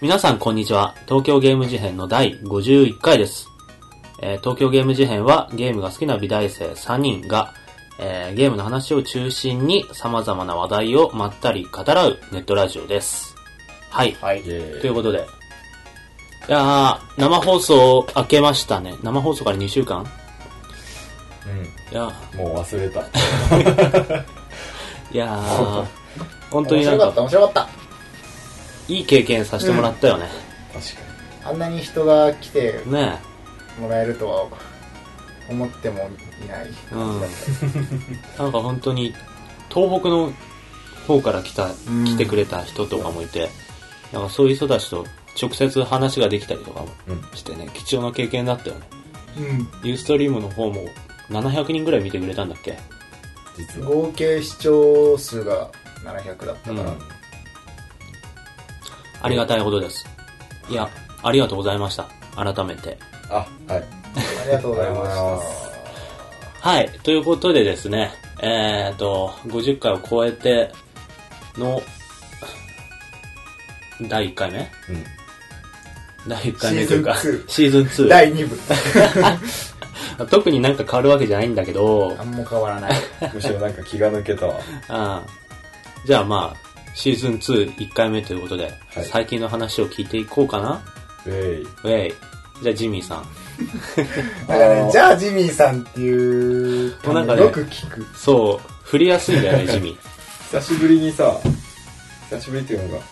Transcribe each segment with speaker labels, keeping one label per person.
Speaker 1: 皆さんこんにちは。東京ゲーム事変の第51回です。えー東京ゲーム事変はゲームが好きな美大生3人が、えーゲームの話を中心に様々な話題をまったり語らうネットラジオです。はい。
Speaker 2: はい。
Speaker 1: ということで。いやー、生放送明けましたね。生放送から2週間いや
Speaker 2: もう忘れた。
Speaker 1: ー、いやー
Speaker 2: 本、
Speaker 1: 本当
Speaker 3: 面
Speaker 1: にな
Speaker 3: 白
Speaker 1: ん
Speaker 3: かった、
Speaker 1: か、
Speaker 3: 面白かった。
Speaker 1: いい経験させてもらったよね。
Speaker 2: 確か
Speaker 3: あんなに人が来て
Speaker 1: ね
Speaker 3: もらえるとは思ってもいない感じだっ
Speaker 1: え。なんか本当に、東北の方から来た、
Speaker 3: うん
Speaker 1: 来てくれた人とかもいて、なんかそういう人たちと直接話ができたりとかも
Speaker 2: うん
Speaker 1: してね、貴重な経験だったよね。
Speaker 3: た。う
Speaker 1: ユーストリームの方も700人ぐらい見てくれたんだっけ
Speaker 2: に。実
Speaker 3: ん。
Speaker 2: は。
Speaker 3: 合計視聴数が700だった
Speaker 1: う
Speaker 3: か
Speaker 1: ん
Speaker 3: ら。
Speaker 1: ありがたいことです。いや、ありがとうございました。改めて。
Speaker 2: あ、はい。
Speaker 3: ありがとうございまし
Speaker 2: ありがとうございま
Speaker 1: はい。ということでですね、えっ、と、50回を超えての、第1回目
Speaker 2: うん。
Speaker 1: 第1回目というか、シーズン2。
Speaker 3: た。第2部。
Speaker 1: 特になんか変わるわけじゃないんだけど、うん。
Speaker 3: 何も変わらない。
Speaker 2: むしろなんか気が抜けたわ。
Speaker 1: じゃあまあ、シーズン2、1回目ということで、
Speaker 2: はい
Speaker 1: 最近の話を聞いていこうかな。
Speaker 2: ウェイ。
Speaker 1: ウェイ。じゃあジミーさん。
Speaker 3: だからね、じゃあジミーさんっていう、
Speaker 1: もうなんかね
Speaker 3: よく聞く。
Speaker 1: そう、振りやすいん だよね、ジミー。
Speaker 2: 久しぶりにさ、久しぶりっていうのが、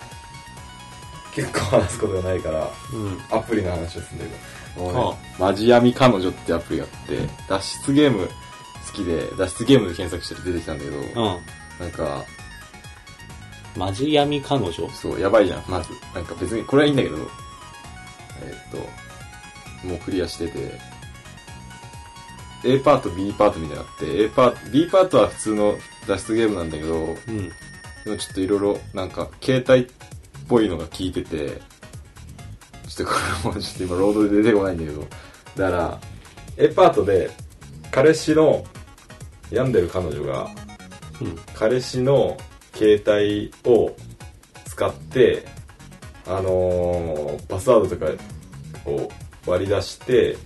Speaker 2: 結構話すことがないから、
Speaker 1: うん。
Speaker 2: アプリの話をするんだけど。
Speaker 1: は
Speaker 2: もうね、マジアミ彼女ってアプリがあって、脱出ゲーム好きで、脱出ゲームで検索したら出てきたんだけど、
Speaker 1: うん。
Speaker 2: なんか、
Speaker 1: マジ闇彼女
Speaker 2: そう、やばいじゃん、まず。なんか別に、これはいいんだけど、えーっと、もうクリアしてて、A パート、B パートみたいなのあって、A パート、B パートは普通の脱出ゲームなんだけど、
Speaker 1: うん。
Speaker 2: でもちょっといろいろ、なんか、携帯っぽいのが効いてて、ちょっとこれも、ちょっと今、ロードで出てこないんだけど、だから、A パートで、彼氏の、病んでる彼女が、
Speaker 1: うん。
Speaker 2: 彼氏の携帯を使ってあのーパスワードとかを割り出して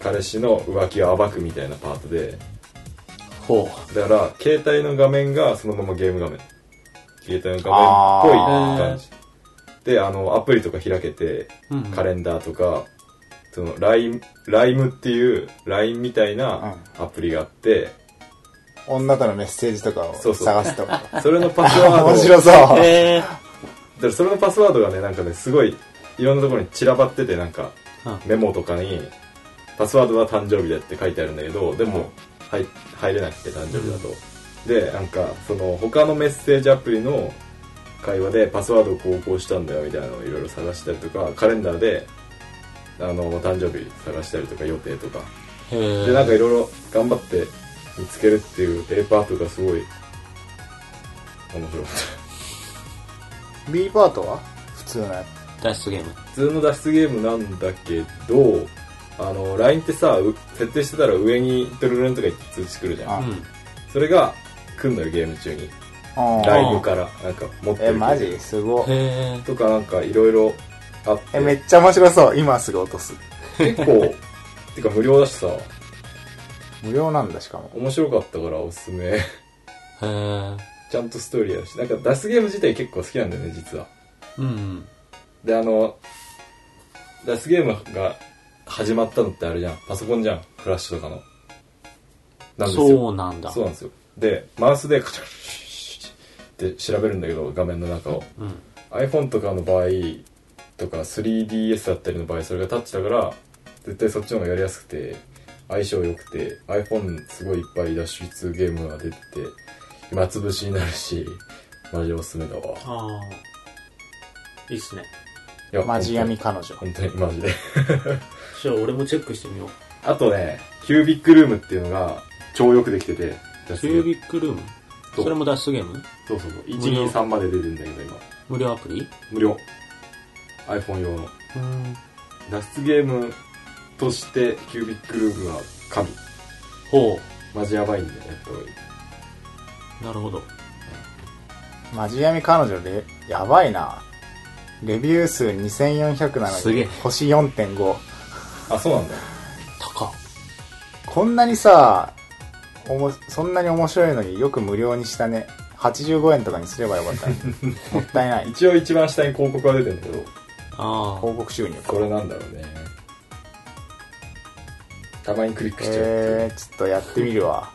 Speaker 2: 彼氏の浮気を暴くみたいなパートで
Speaker 1: ほ
Speaker 2: だから携帯の画面がそのままゲーム画面携帯の画面っぽい感じであのアプリとか開けて
Speaker 1: う。うん。
Speaker 2: カレンダーとか、そのライムライムっていう LINE みたいなアプリがあって、
Speaker 3: 女からメッセージとか
Speaker 2: そ
Speaker 3: を
Speaker 2: うそう
Speaker 3: 探すとか。
Speaker 2: それのパスワードを
Speaker 3: 面 白そう。
Speaker 1: え
Speaker 2: だからそれのパスワードがねなんかねすごいいろんなところに散らばっててなんか
Speaker 1: うん
Speaker 2: メモとかにパスワードは誕生日だって書いてあるんだけどでも入入れなくて誕生日だと、でなんかその他のメッセージアプリの会話でパスワードをこうこうしたんだよみたいなのをいろいろ探したりとかカレンダーであの誕生日探したりとか予定とか
Speaker 1: ー、へ
Speaker 2: でなん
Speaker 1: ー
Speaker 2: かいろいろ頑張って見つけるっていう A パートがすごい面白かった
Speaker 3: B パートは普通のや
Speaker 1: 脱出ゲーム。
Speaker 2: 普通の脱出ゲームなんだけどあの LINE ってさう設定してたら上にドルルンとか通知来るじゃん
Speaker 3: あ
Speaker 1: うん。
Speaker 2: それが来んのよゲーム中に
Speaker 3: つ。うん
Speaker 2: ライブからなんか持ってる
Speaker 3: え、マジすごい。
Speaker 1: へ
Speaker 2: とかなんかいろいろあっ
Speaker 3: え、め
Speaker 2: て
Speaker 3: っちゃ面白そう。今すぐ落とす。
Speaker 2: 結構てか無料だしさ
Speaker 3: 無料なんだ、しかも。
Speaker 2: 面白かったからおすすめ
Speaker 1: え。へー
Speaker 2: ちゃんとストーリーあるしなんか脱出ゲーム自体結構好きなんだよね実は
Speaker 1: うん。
Speaker 2: であの脱出ゲームが始まったのってあれじゃんパソコンじゃんフラッシュとかのなんですよ
Speaker 1: そうなんだ。
Speaker 2: そうなんですよでマウスでカチャカチャシュシュって調べるんだけど画面の中を
Speaker 1: うん。
Speaker 2: iPhone とかの場合とか 3DS だったりの場合それがタッチだから絶対そっちの方がやりやすくて相性良くて iPhone すごいいっぱい脱出ゲームが出てて暇つぶしになるしマジおすすめだわ
Speaker 1: ああ。いいっすね。
Speaker 2: いや
Speaker 3: マジ闇彼女。
Speaker 2: 本当に本当にマジで
Speaker 1: じゃあ俺もチェックしてみよう。
Speaker 2: あとねキュービックルームっていうのが超よくできてて脱
Speaker 1: キ
Speaker 2: 出
Speaker 1: ュー
Speaker 2: ゲーム
Speaker 1: ビックルーム
Speaker 2: そう
Speaker 1: それも脱出ゲーム
Speaker 2: そうそうそう123まで出てるんだけど今
Speaker 1: 無料アプリ
Speaker 2: 無料 iPhone 用の
Speaker 1: うん。
Speaker 2: 脱出ゲームとしてキュービックルームは神
Speaker 1: ほ。
Speaker 2: マジやばいんでやった方がいいう
Speaker 1: なるほど。
Speaker 3: マジ闇彼女で、やばいな。レビュー数2400な
Speaker 1: す
Speaker 3: の
Speaker 1: げえ
Speaker 3: に星4.5
Speaker 2: あそうなんだ
Speaker 1: 高っ
Speaker 3: こんなにさおもそんなに面白いのによく無料にしたね85円とかにすればよかったね もったいない
Speaker 2: 一応一番下に広告が出てるんだけど
Speaker 1: ああ。
Speaker 3: 広告収入か
Speaker 2: これなんだろうねたまにクリックしちゃうっていう
Speaker 3: えー、ちょっとやってみるわ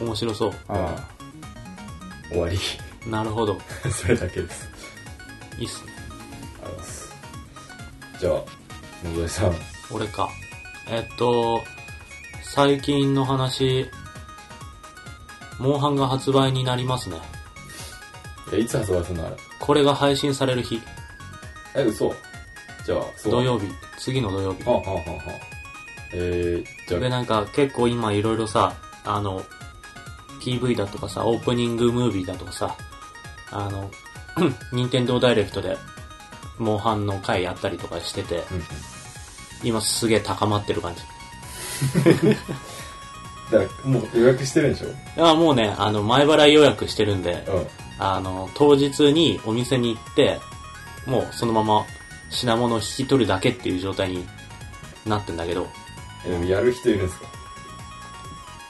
Speaker 1: 面白そう。
Speaker 3: う
Speaker 2: 終わり
Speaker 1: なるほど。
Speaker 2: それだけです
Speaker 1: いいっすね。
Speaker 2: ありますじゃあ野添さん
Speaker 1: 俺か。えっと、最近の話、モンハンが発売になりますね。
Speaker 2: えいつ発売するのあれ
Speaker 1: これが配信される日、
Speaker 2: え嘘じゃあそう
Speaker 1: 土曜日、次の土曜日。
Speaker 2: はあはあはあはあえー、じ
Speaker 1: で、
Speaker 2: ゃ
Speaker 1: なんか結構今いろいろさ、あの、PV だとかさ、オープニングムービーだとかさ、あの、 任天堂ダイレクトで、モンハンの回やったりとかしてて、
Speaker 2: あ、うんうん、
Speaker 1: 今すげえ高まってる感じ。
Speaker 2: だからもう予約してるんでしょ
Speaker 1: いや、もうね、あの、前払い予約してるんで、
Speaker 2: うん
Speaker 1: あの、当日にお店に行って、もうそのまま品物を引き取るだけっていう状態になってんだけど、
Speaker 2: えでもやる人いるんですか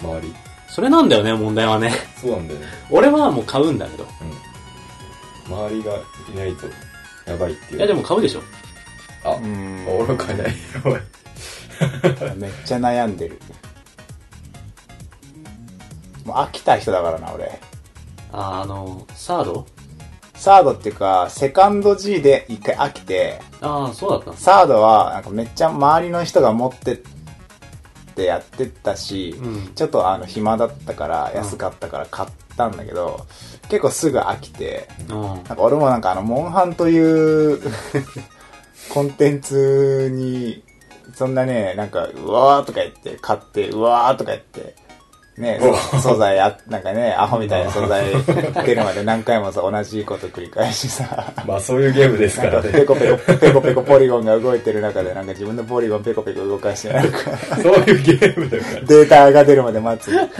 Speaker 2: 周り
Speaker 1: それなんだよね、問題はね。
Speaker 2: そうなんだよね
Speaker 1: 俺はもう買うんだけど。
Speaker 2: うん周りがいないとやばいっていう
Speaker 1: い
Speaker 2: い
Speaker 1: や、でも買うでしょ。
Speaker 2: あ、
Speaker 3: ん
Speaker 2: 愚かないおい
Speaker 3: めっちゃ悩んでるもう飽きた人だからな俺
Speaker 1: あの、サード
Speaker 3: サードっていうかセカンド G で一回飽きて
Speaker 1: ああ、そうだったんです。
Speaker 3: サードはなんかめっちゃ周りの人が持ってってやってったし、
Speaker 1: うん
Speaker 3: ちょっとあの暇だったから安かったから買ったんだけど、結構すぐ飽きて
Speaker 1: うん。
Speaker 3: なんか俺もなんかあのモンハンという コンテンツにそんなねなんかうわーとか言って買ってうわーとか言ってね
Speaker 2: お
Speaker 3: 素材あなんかねアホみたいな 素材出るまで何回もさ同じこと繰り返しさ
Speaker 2: まあそういうゲームですか
Speaker 3: なん
Speaker 2: ら
Speaker 3: か
Speaker 2: ね
Speaker 3: ペコペコ、ペコペコポリゴンが動いてる中で、なんか自分のポリゴンペコペコ動かして、 なんか
Speaker 2: そういうゲームだから
Speaker 3: データが出るまで待つ。
Speaker 1: そう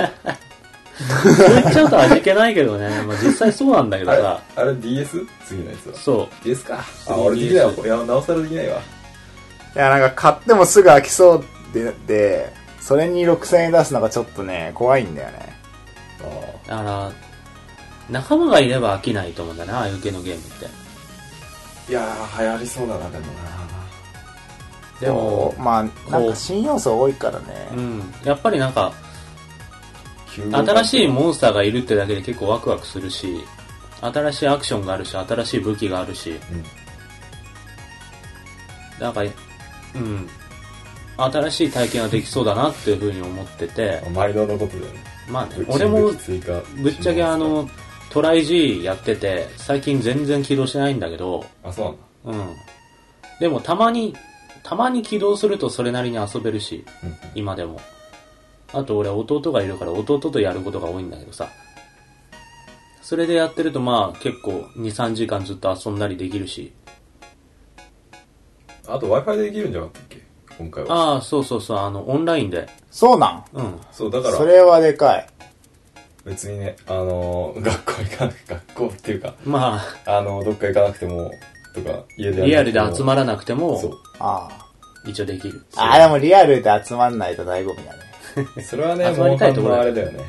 Speaker 1: 言っちゃうと味気ないけどね。 まあ実際そうなんだけどさ。
Speaker 2: あれ DS? 次のやつは
Speaker 1: そ
Speaker 2: DS かあ
Speaker 1: 3DS
Speaker 2: 俺できないわいやなおさらできないわ
Speaker 3: いや、なんか買ってもすぐ飽きそうで、で、それに6000円出すのがちょっとね、怖いんだよね。
Speaker 2: あ
Speaker 1: う。だから、仲間がいれば飽きないと思うんだよね、ああいう系のゲームって。
Speaker 2: ーいやー流行りそうだなでもな
Speaker 1: でも
Speaker 3: こうまあ、なん
Speaker 1: こ
Speaker 3: か
Speaker 1: う
Speaker 3: 新要素多いからね。
Speaker 1: うん。やっぱりなんか、
Speaker 2: 急に
Speaker 1: 新しいモンスターがいるってだけで結構ワクワクするし、新しいアクションがあるし、新しい武器があるし、
Speaker 2: うん
Speaker 1: なんか、うん。新しい体験ができそうだなっていうふうに思ってて、
Speaker 2: 毎度のことだよね
Speaker 1: まあね、俺も
Speaker 2: 武器追加
Speaker 1: ぶっちゃけあの、トライ G やってて、最近全然起動してないんだけど、
Speaker 2: あそうなんだ
Speaker 1: うん。でもたまに、たまに起動するとそれなりに遊べるし、
Speaker 2: うん
Speaker 1: 今でも。あと俺弟がいるから弟とやることが多いんだけどさ。それでやってるとまあ結構2、3時間ずっと遊んだりできるし。
Speaker 2: あと Wi-Fi でできるんじゃなかったっけ今回は
Speaker 1: ああ、そうそうそう、あの、オンラインで。
Speaker 3: そうなん
Speaker 1: うん。
Speaker 2: そうだから
Speaker 3: それはでかい。
Speaker 2: 別にねあのー学校行かなく 学校っていうか
Speaker 1: まあ、
Speaker 2: あのーどっか行かなくてもとか家で
Speaker 1: リアルで集
Speaker 2: る
Speaker 1: まらなくて
Speaker 2: そ
Speaker 1: も
Speaker 2: う、
Speaker 3: あ
Speaker 1: 一応できる。
Speaker 3: あ。ああ、でもリアルで集まんないと醍醐味だね。
Speaker 2: それはね
Speaker 1: 集ま
Speaker 2: もう
Speaker 1: りたいところ
Speaker 2: あ
Speaker 1: だ
Speaker 2: れ
Speaker 1: け
Speaker 2: だよね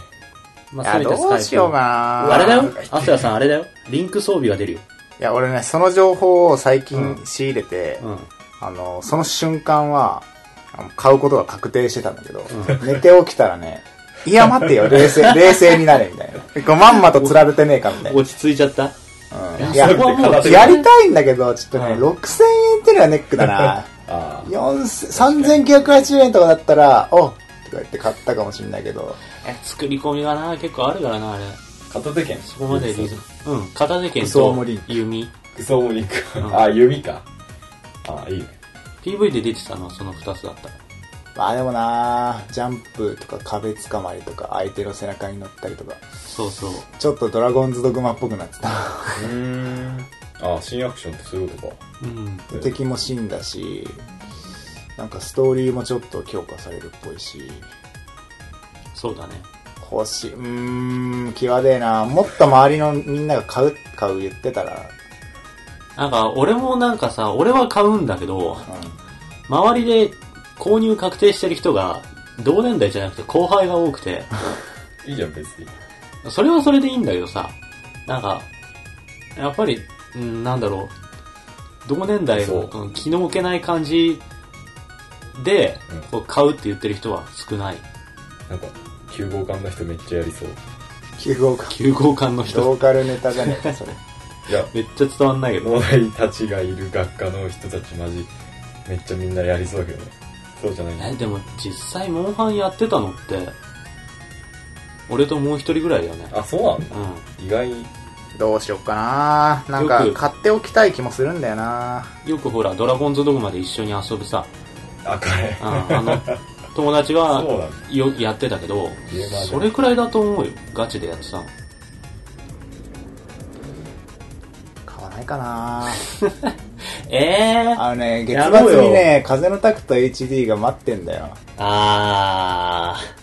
Speaker 1: ま
Speaker 3: いや、
Speaker 1: せめてス
Speaker 3: ど
Speaker 1: カイ
Speaker 3: う
Speaker 1: プ
Speaker 3: しようかな
Speaker 1: あれだよアスヤさんあれだよリンク装備が出るよ。
Speaker 3: いや、俺ね、その情報を最近
Speaker 1: う
Speaker 3: 仕入れて、
Speaker 1: うん。
Speaker 3: あの、その瞬間は、あの買うことが確定してたんだけど、寝て起きたらね、いや待ってよ、冷静、冷静になれ、みたいな。こうまんまと釣られてねえか、みたいな。
Speaker 1: 落ち着いちゃった
Speaker 3: うん、い
Speaker 1: や
Speaker 3: や、
Speaker 1: そこはもう
Speaker 3: ややりたいんだけど、ちょっとね、
Speaker 1: うん
Speaker 3: 6000円ってのはネックだな。
Speaker 2: あ
Speaker 3: 4000 3980円とかだったら、おとか言って買ったかもしれないけど、
Speaker 1: え作り込みがな、結構あるからな、あれ。
Speaker 2: あ片手剣
Speaker 1: そこまでリズム。うん。片手剣
Speaker 3: クソ
Speaker 1: と
Speaker 3: もリンク
Speaker 1: 弓。
Speaker 2: クソモニッ
Speaker 1: うん
Speaker 2: クあ弓かあいいね
Speaker 1: PV で出てたのはその2つだった。
Speaker 3: まあでもなジャンプとか壁捕まりとか、相手の背中に乗ったりとか、
Speaker 1: そうそう。
Speaker 3: ちょっとドラゴンズドグマっぽくなって た。
Speaker 2: うんあ新アクションってそういうことか
Speaker 1: うん。
Speaker 3: 敵も死んだしなんかストーリーもちょっと強化されるっぽいし
Speaker 1: そうだね。
Speaker 3: 欲しいうーん際でえなもっと周りのみんなが買う買う言ってたら
Speaker 1: なんか、俺もなんかさ、俺は買うんだけど、周りで購入確定してる人が、同年代じゃなくて後輩が多くて、
Speaker 2: いいじゃん、別に。
Speaker 1: それはそれでいいんだけどさ、なんか、やっぱり、うんなんだろう、同年代の
Speaker 2: そ
Speaker 1: うん気の置けない感じで
Speaker 2: うん、
Speaker 1: こう買うって言ってる人は少ない。
Speaker 2: なんか、9号館の人めっちゃやりそう。
Speaker 3: 9号館
Speaker 1: 9号館の人、
Speaker 3: ローカルネタじゃねえかそれ
Speaker 2: いや、
Speaker 1: めっちゃ伝わんないけど、
Speaker 2: 農大たちがいる学科の人たちマジ、めっちゃみんなやりそうだけどね。そうじゃない
Speaker 1: え、でも実際モンハンやってたのって、俺ともう一人ぐらいだよね。
Speaker 2: あ、そうなんだ。
Speaker 1: う
Speaker 2: 意外に。
Speaker 3: どうしよっかななんか
Speaker 1: よく。
Speaker 3: 買っておきたい気もするんだよなん
Speaker 1: よくほら、ドラゴンズドグまで一緒に遊ぶさ、
Speaker 2: あ、これ。
Speaker 1: うんあ の、友達が
Speaker 2: そうなんだ。
Speaker 1: よやってたけど
Speaker 2: ゲーマーじゃん、
Speaker 1: それくらいだと思うよ。ガチでやってたの。
Speaker 3: 買わないかな
Speaker 1: ええー。
Speaker 3: あのね月
Speaker 1: やろうよ
Speaker 3: 末にね風のタクト HD が待ってんだよ
Speaker 1: あー。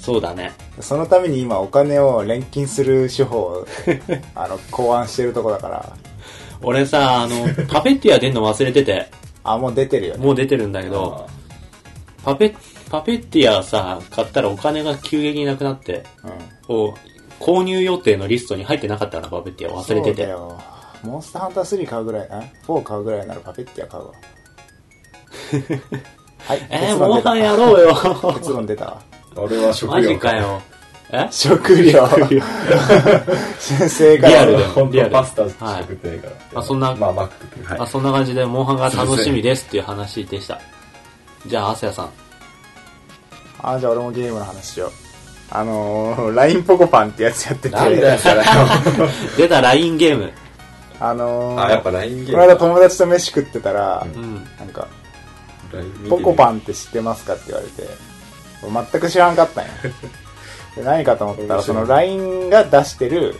Speaker 1: そうだね。
Speaker 3: そのために今お金を錬金する手法 をあの考案してるとこだから
Speaker 1: 俺さ、あ の、パペッティア出んの忘れてて、
Speaker 3: あもう出てるよね
Speaker 1: もう出てるんだけど、パペ、パペッティアさ、買ったらお金が急激になくなって、
Speaker 3: うん
Speaker 1: こう、購入予定のリストに入ってなかったから、パペッティア忘れて
Speaker 3: そうだ
Speaker 1: て。
Speaker 3: よモンスターハンター3買うぐらいえ4買うぐらいならパペッティア 買うわはい
Speaker 1: えー、
Speaker 3: 結
Speaker 1: モン
Speaker 3: 論
Speaker 1: ハ
Speaker 3: 出た
Speaker 1: ンやろう よ。
Speaker 3: 結論出たわ
Speaker 2: 俺は職業
Speaker 1: マジか。よ。え
Speaker 3: 食料 先生か
Speaker 1: リア
Speaker 3: ら
Speaker 1: ル
Speaker 3: の
Speaker 1: だよ
Speaker 2: 本
Speaker 1: リア
Speaker 2: 当
Speaker 1: ル
Speaker 2: パスタし
Speaker 1: は
Speaker 2: か
Speaker 1: い
Speaker 2: 食ってないから。
Speaker 1: あそんな
Speaker 2: まあ、マック君。はい
Speaker 1: まあ、。そんな感じで、モンハンが楽しみですっていう話でした。じゃあ、アセヤさん。
Speaker 3: あじゃあ俺もゲームの話しようあのー、ラインポコパンってやつやってて
Speaker 2: なんだよ、それ。
Speaker 1: 出た LINE ゲーム。
Speaker 3: あの ー、
Speaker 2: あ、やっぱ LINE ゲ
Speaker 3: この間
Speaker 2: ーム。
Speaker 3: 友達と飯食ってたら、
Speaker 1: うん。
Speaker 3: なんか
Speaker 2: LINE 見てみ
Speaker 3: 「
Speaker 2: る
Speaker 3: ポコパンって知ってますか?」って言われて俺全く知らん かったんやで何かと思ったら
Speaker 2: 面
Speaker 3: そ
Speaker 2: 白い
Speaker 3: の LINE が出してる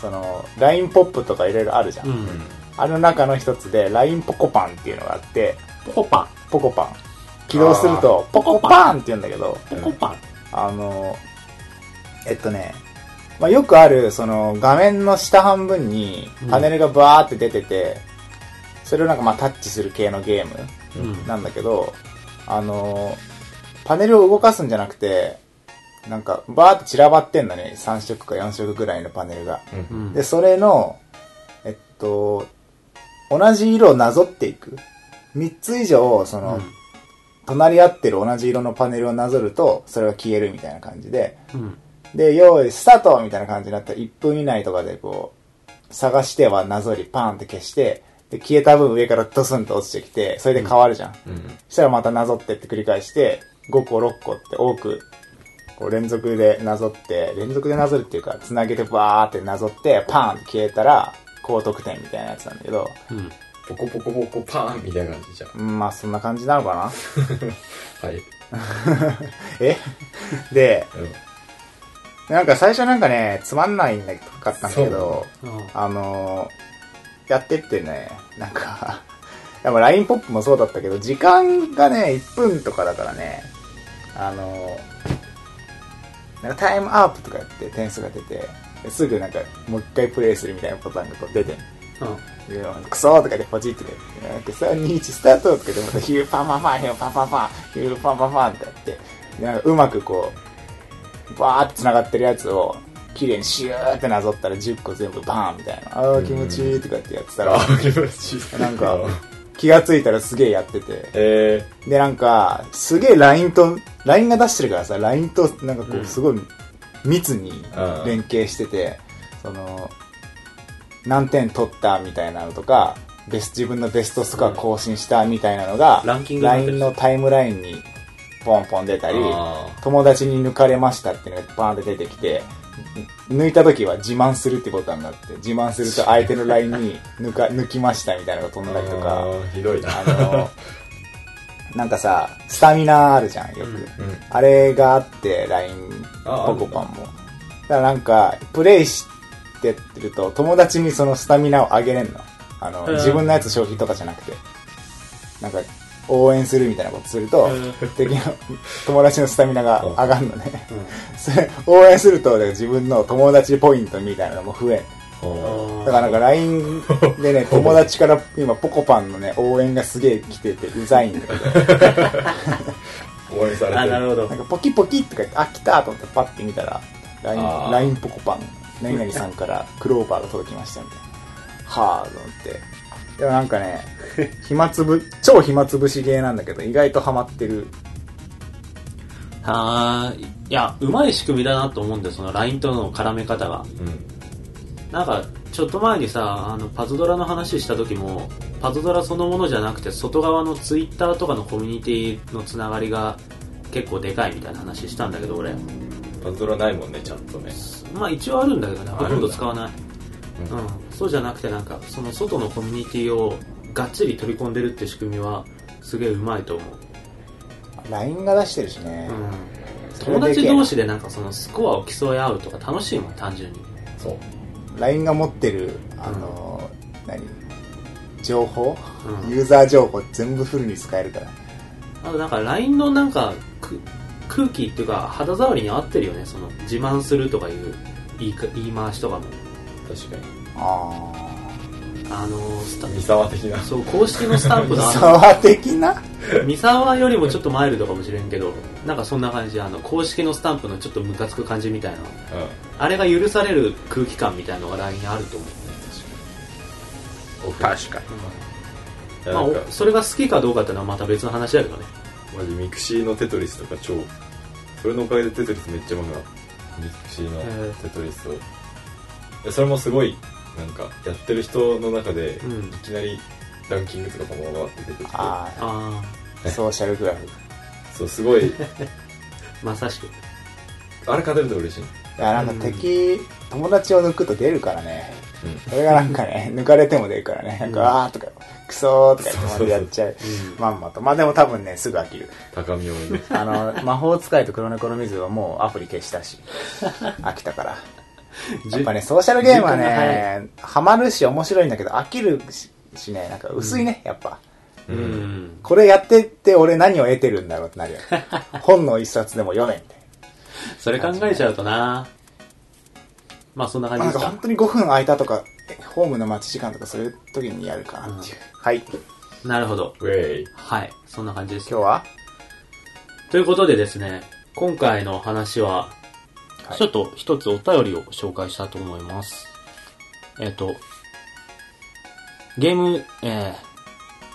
Speaker 3: その LINE ポップとかいろいろあるじゃん、
Speaker 1: うん。
Speaker 3: あの中の一つで LINE ポコパンっていうのがあって
Speaker 1: ポコパン。
Speaker 3: ポコパン起動するとポコパンって言うんだけど
Speaker 1: ポコパン。
Speaker 3: あのえっとね、まあ、よくあるその画面の下半分にパネルがバーって出てて、それをなんかまあタッチする系のゲーム
Speaker 1: うん。
Speaker 3: なんだけど、あの、パネルを動かすんじゃなくて、なんか、バーって散らばってんのね。3色か4色ぐらいのパネルが。
Speaker 2: うん。うん。
Speaker 1: うん
Speaker 3: で、それの、えっと、同じ色をなぞっていく。3つ以上、その、隣り合ってる同じ色のパネルをなぞると、それが消えるみたいな感じで、
Speaker 1: うん。
Speaker 3: で、用意、スタートみたいな感じになったら、1分以内とかでこう、探してはなぞり、パーンって消して、で、消えた分上からドスンと落ちてきて、それで変わるじゃん。
Speaker 2: うん。
Speaker 3: そしたらまたなぞってって繰り返して、5個6個って多く、こう連続でなぞって、連続でなぞるっていうか、つなげてバーってなぞって、パーンって消えたら、高得点みたいなやつなんだけど、
Speaker 1: うん。
Speaker 2: ポコポコポコパーンみたいな感じじゃん。
Speaker 3: うんまあそんな感じなのかな
Speaker 2: はい。
Speaker 3: え で、
Speaker 2: うん
Speaker 3: なんか最初なんかね、つまんないんだかったんだけど、
Speaker 1: うん
Speaker 3: あのーやってってね、なんか、やっぱ LINE ポップもそうだったけど、時間がね、1分とかだからね、あのーなんかタイムアップとかやって点数が出て、ですぐなんか、もう一回プレイするみたいなボタンがこう出てる。でクソーとかでポチッとかやって、なんか3、2、1スタートとかでまたヒューパンパンパン、ヒューパンパンパン、ヒューパンパンパンってやって、でなんかうまくこう、バーって繋がってるやつを、綺麗にシューってなぞったら10個全部バーンみたいな、あー気持ちいいとかってやってたら、
Speaker 2: あ、気持ちいい。
Speaker 3: な んか、気がついたらすげえやってて、
Speaker 2: えー、
Speaker 3: でなんか、すげえ LINE と、LINE が出してるからさ、LINE となんかこ
Speaker 1: うん
Speaker 3: う、すごい密に
Speaker 2: うん
Speaker 3: 連携してて、その、何点取ったみたいなのとか、ベス自分のベストスコア更新したみたいなのが、
Speaker 1: ランキングになってる
Speaker 3: LINE のタイムラインにポンポン出たり、
Speaker 2: あ
Speaker 3: 友達に抜かれましたっていうのがバーンって出てきて、抜いた時は自慢するってボタンがあって、自慢すると相手の LINE に抜か、抜きましたみたいなのが飛んだりとか
Speaker 2: あ、ーひどいな。
Speaker 3: あ の、なんかさ、スタミナあるじゃん、よく。
Speaker 1: うん
Speaker 2: うん。
Speaker 3: あれがあって、LINE、
Speaker 2: あ
Speaker 3: ポコパンも。だからなんか、プレイしてってると、友達にそのスタミナを上げれんの。あの、
Speaker 1: うん
Speaker 3: 自分のやつ消費とかじゃなくて。なんか、応援するみたいなことすると、敵の友達のスタミナが上 がるのね。それ、応援すると、だから自分の友達ポイントみたいなのも増えん。
Speaker 2: あ
Speaker 3: だからなんか LINE でね、友達から今、ポコパンのね、応援がすげえ来てて、うざいんだけど、
Speaker 2: 応援されて
Speaker 4: あ、なるほど
Speaker 3: なん。かポキポキって書いて、あ、来たと思ってパッて見たら、
Speaker 2: あ
Speaker 3: LINE
Speaker 2: ー
Speaker 3: LINE ポコパン、何々さんからクローバーが届きましたみたいな。はぁ、と思って。でもなんか ね、暇つぶ、超暇つぶしゲーなんだけど、意外とハマってる。
Speaker 1: はーい。いや、うまい仕組みだなと思うんだよ、その LINE との絡め方が。
Speaker 2: うん
Speaker 1: なんか、ちょっと前にさ、あの、パズドラの話した時も、パズドラそのものじゃなくて、外側の Twitter とかのコミュニティのつながりが結構でかいみたいな話したんだけど、俺。
Speaker 2: パズドラないもんねちゃんとね
Speaker 1: まあ一応あるんだけどね、ほとんど使わない。
Speaker 2: う
Speaker 1: うんん。そうじゃなくて、なんか、その外のコミュニティをがっちり取り込んでるって仕組みは、すげえうまいと思う。
Speaker 3: LINE が出してるしね。
Speaker 1: うん。友達同士でなんかそのスコアを競い合うとか楽しいもん、単純に。
Speaker 2: そう
Speaker 3: LINE が持ってる、あの、何情報、
Speaker 1: うん
Speaker 3: ユーザー情報全部フルに使えるから。
Speaker 1: あとなんか LINE のなんかく空気っていうか肌触りに合ってるよねその自慢するとかいう言いか言い回しとかも
Speaker 2: 確か
Speaker 3: あ
Speaker 1: あのースタ
Speaker 2: に三沢的な
Speaker 1: そう公式のスタンプ
Speaker 3: ー。
Speaker 1: の
Speaker 3: サ
Speaker 1: あ
Speaker 3: ワ的な
Speaker 1: の三沢よりもちょっとマイルドかもしれんけどなんかそんな感じあの公式のスタンプのちょっとムカつく感じみたいな
Speaker 2: うん
Speaker 1: あれが許される空気感みたいのが LINE にあると思う
Speaker 3: 確かに。
Speaker 2: いや
Speaker 1: まあ
Speaker 2: なん
Speaker 1: お
Speaker 2: か、
Speaker 1: それが好きかどうかってのはまた別の話だけどね
Speaker 2: マジミクシーのテトリスとか超それのおかげでテトリスめっちゃうまくなったミクシー
Speaker 1: へ
Speaker 2: の
Speaker 1: ー
Speaker 2: テトリスをいやそれもすごいなんかやってる人の中でい
Speaker 1: うん
Speaker 2: きなりランキングとかもわーって出てきて
Speaker 3: あ
Speaker 1: あ
Speaker 3: あ、ソーシャルグラフ。
Speaker 2: そうすごい
Speaker 1: あまさしく
Speaker 2: あれ勝てると嬉しい
Speaker 3: いや、なんか敵、友達を抜くと出るからね。
Speaker 2: う
Speaker 3: それがなんかね、抜かれても出るからね。なん
Speaker 1: うん
Speaker 3: か、あーとか、クソーとか言って
Speaker 2: そ
Speaker 3: ま
Speaker 2: うそうそう
Speaker 3: でやっちゃう
Speaker 1: う。ん
Speaker 3: まんまと。まあでも多分ね、すぐ飽きる。
Speaker 2: 高みをね
Speaker 3: あの、 魔法使いと黒猫の水はもうアプリ消した し、飽きたから。やっぱね、ソーシャルゲームは
Speaker 1: 時間が早
Speaker 3: ね、ハマるし面白いんだけど、飽きるししね、なんか薄いね、やっぱ。
Speaker 1: うん、うん、
Speaker 3: これやってって俺何を得てるんだろうってなるよ ね。本の一冊でも読めみたいな。
Speaker 1: それ考えちゃうとなまあそんな感
Speaker 3: まあ
Speaker 1: じです
Speaker 3: なんか
Speaker 1: か
Speaker 3: 本当に5分空いたとか、えホームの待ち時間とかそういう時にやるかなっていう。はい。今
Speaker 1: なるほど。
Speaker 2: ウェイ
Speaker 1: はい。そんな感じです
Speaker 3: 日。は
Speaker 1: ということでですね、今回の話は、
Speaker 3: はい
Speaker 1: ちょっと一つお便りを紹介したいと思います。えっ、と、ゲーム、え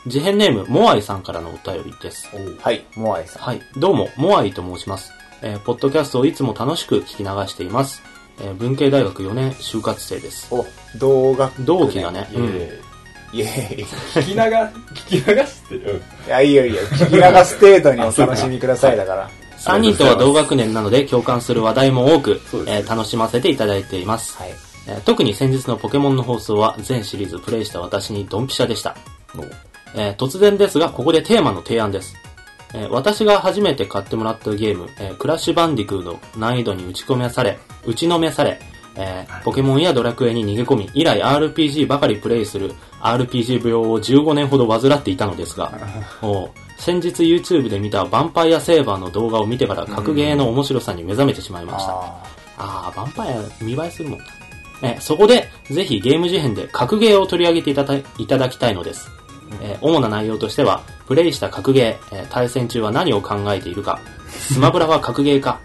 Speaker 1: ー、事変ネーム、モアイさんからのお便りです。
Speaker 3: はい、モアイさん。
Speaker 1: はい。どうも、モアイと申します。えーポッドキャストをいつも楽しく聞き流しています。えー文系大学4年就活生です。
Speaker 3: お、動画。
Speaker 1: 同期がね、
Speaker 2: イエ
Speaker 1: うん。
Speaker 2: ーイ
Speaker 3: イェーイ。い
Speaker 2: 聞きなが聞き流してる
Speaker 3: や、いいよいいよ。聞き流す程度にお楽しみくださいだから。
Speaker 1: 3人とは同学年なので共感する話題も多く、
Speaker 2: そうです
Speaker 1: え
Speaker 2: ね
Speaker 1: ー楽しませていただいています。
Speaker 3: はい。
Speaker 1: えー特に先日のポケモンの放送は全シリーズプレイした私にドンピシャでした。えー突然ですが、ここでテーマの提案です。えー私が初めて買ってもらったゲーム、えークラッシュバンディクーの難易度に打ち込めされ、打ちのめされ、えーポケモンやドラクエに逃げ込み、以来 RPG ばかりプレイする RPG 病を15年ほど患っていたのですが、おう先日 YouTube で見たヴァンパイアセーバーの動画を見てから格ゲーの面白さに目覚めてしまいました。
Speaker 3: あ
Speaker 1: あー、ヴァンパイア見栄えするもんな。えーそこで、ぜひゲーム事変で格ゲーを取り上げていただいただきたいのです。えー主な内容としては、プレイした格ゲー、えー対戦中は何を考えているか、スマブラは格ゲーか、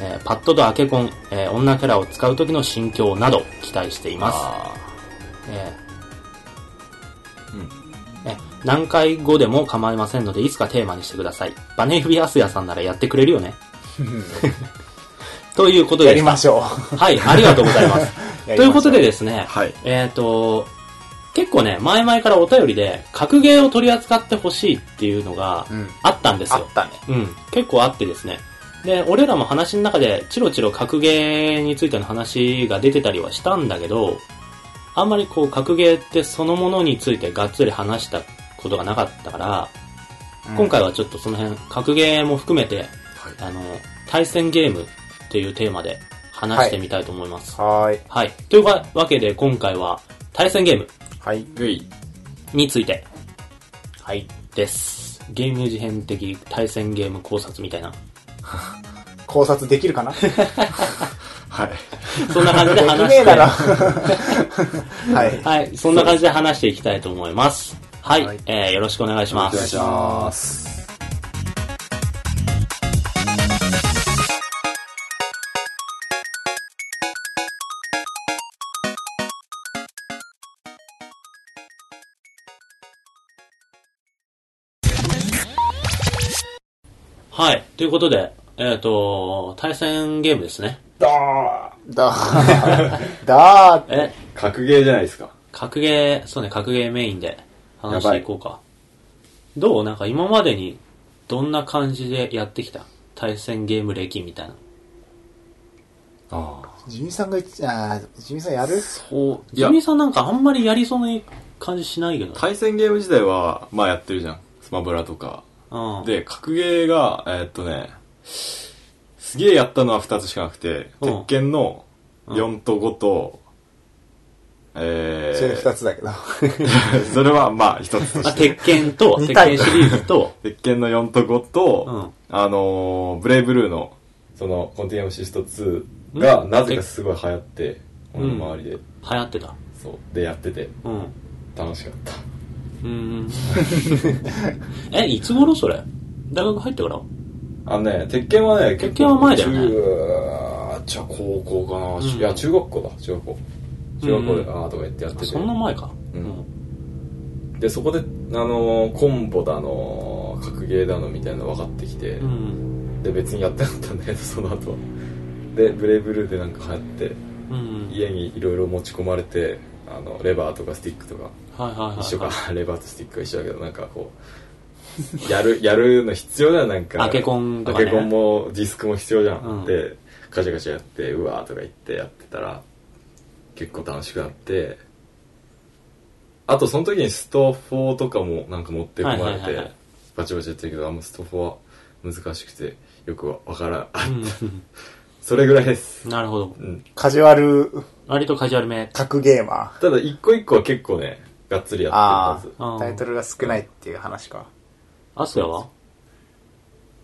Speaker 1: えーパッドとアケコン、えー女キャラを使う時の心境など期待しています。えー
Speaker 2: うん
Speaker 1: え何回後でも構いませんので、いつかテーマにしてください。バネ指アスヤさんならやってくれるよ ね。 ということで
Speaker 3: ーや
Speaker 1: し
Speaker 3: り
Speaker 1: た
Speaker 3: ましょう。
Speaker 1: はい、ありがとうございます。と
Speaker 3: やりましょう
Speaker 1: いうことでですね、
Speaker 2: はい
Speaker 1: えっ、と、結構ね、前々からお便りで、格ゲーを取り扱ってほしいっていうのが
Speaker 3: うん
Speaker 1: あったんです
Speaker 3: あ
Speaker 1: よ
Speaker 3: っ。たね。
Speaker 1: うん、結構あってですね。で、俺らも話の中で、チロチロ格ゲーについての話が出てたりはしたんだけど、あんまりこう、格ゲーってそのものについてがっつり話したことがなかったから、
Speaker 3: うん
Speaker 1: 今回はちょっとその辺、格ゲーも含めて、あの、対戦ゲームっていうテーマで話してみたいと思います。
Speaker 3: はーい。
Speaker 1: はい。というわけで今回は対戦ゲーム
Speaker 3: はい。
Speaker 2: ウェイ
Speaker 1: について
Speaker 3: はい。
Speaker 1: です。ゲーム事変的対戦ゲーム考察みたいな。
Speaker 3: 考察できるかな
Speaker 2: はい
Speaker 1: そんな感じで
Speaker 3: で き
Speaker 1: 話
Speaker 3: ねえ
Speaker 1: して
Speaker 3: だろ。はい。
Speaker 1: はい、そんな感じで話していきたいと思います。はい、
Speaker 3: はい
Speaker 1: えー、よろしくお願いし
Speaker 2: お
Speaker 1: ま
Speaker 2: 願いし
Speaker 1: す。
Speaker 2: ます。
Speaker 1: はい、ということで、えっ、と、対戦ゲームですね。
Speaker 2: だー
Speaker 3: だー。だーって。
Speaker 1: え、
Speaker 2: 格ゲーじゃないですか。
Speaker 1: 格ゲー、そうね、格ゲーメインで話していこうか。どうなんか今までにどんな感じでやってきた対戦ゲーム歴みたいな。
Speaker 2: ああ。
Speaker 3: ジミーさんが言って、あージミーさんやる
Speaker 1: お、
Speaker 2: いや
Speaker 1: ジミーさんなんかあんまりやりそうな感じしないけどね。
Speaker 2: 対戦ゲーム自体は、まあやってるじゃん。スマブラとか。
Speaker 1: うん。
Speaker 2: で、格ゲーが、えーっとね、すげえやったのは2つしかなくて、
Speaker 1: うん
Speaker 2: 鉄拳の4と5と、え
Speaker 3: それ
Speaker 2: ー、
Speaker 3: 二つだけど。
Speaker 2: それはまあ1つと
Speaker 1: まあ、
Speaker 2: して。
Speaker 1: 鉄拳と、
Speaker 3: 見
Speaker 1: 鉄
Speaker 3: たい
Speaker 1: 拳シリーズと、
Speaker 2: 鉄拳の4と5と、
Speaker 1: う
Speaker 2: あのー、ブレイブルーの、その、コンティニアムシスト2が、
Speaker 1: ん
Speaker 2: なぜかすごい流行って、俺の周りで、
Speaker 1: 流行ってた。
Speaker 2: そう、でやってて、
Speaker 1: うん。
Speaker 2: 楽しかった。
Speaker 1: うーん。え、いつ頃それ大学入ってから
Speaker 2: あのね、鉄拳はね、結構
Speaker 1: 鉄拳は前だよね
Speaker 2: 中じゃあ高校かな、
Speaker 1: うん
Speaker 2: いや、中学校だ、中学校。中学校で、
Speaker 1: うん
Speaker 2: ああとかやってやってて。
Speaker 1: そんな前か。
Speaker 2: う
Speaker 1: うんん。
Speaker 2: で、そこで、あのーコンボだの、格ゲーだのみたいなの分かってきて、
Speaker 1: うん。
Speaker 2: で、別にやってなかったんだけど、 その後は。で、ブレイブルーでなんか流行って、
Speaker 1: うん。
Speaker 2: 家にいろいろ持ち込まれて、あの、レバーとかスティックとか、
Speaker 1: はいはいはいはい。
Speaker 2: 一緒か、 レバーとスティックは一緒だけど、なんかこう、やる、やるの必要だよ、なんか。
Speaker 1: アケコンと
Speaker 2: ア
Speaker 1: かね
Speaker 2: ケコンもディスクも必要じゃん。
Speaker 1: うん
Speaker 2: で、ガチャガチャやって、うわーとか言ってやってたら、結構楽しくなって、あとその時にスト4とかもなんか持ってこまれ
Speaker 1: はいはいはいは
Speaker 2: て
Speaker 1: い、
Speaker 2: バチバチやってるけど、あんまスト4は難しくて、よくわからん。
Speaker 1: う
Speaker 2: それぐらいです
Speaker 1: ん。。なるほど
Speaker 2: う。ん。
Speaker 3: カジュアル
Speaker 1: 割とカジュアルめ。
Speaker 3: 格ゲーマ
Speaker 2: ただ一個一個は結構ね、がっつり
Speaker 3: ー。
Speaker 2: や
Speaker 3: あ
Speaker 2: ってるは
Speaker 1: あ
Speaker 3: あ。
Speaker 1: ー
Speaker 3: タイトルが少ないっていう話か。
Speaker 1: アスヤは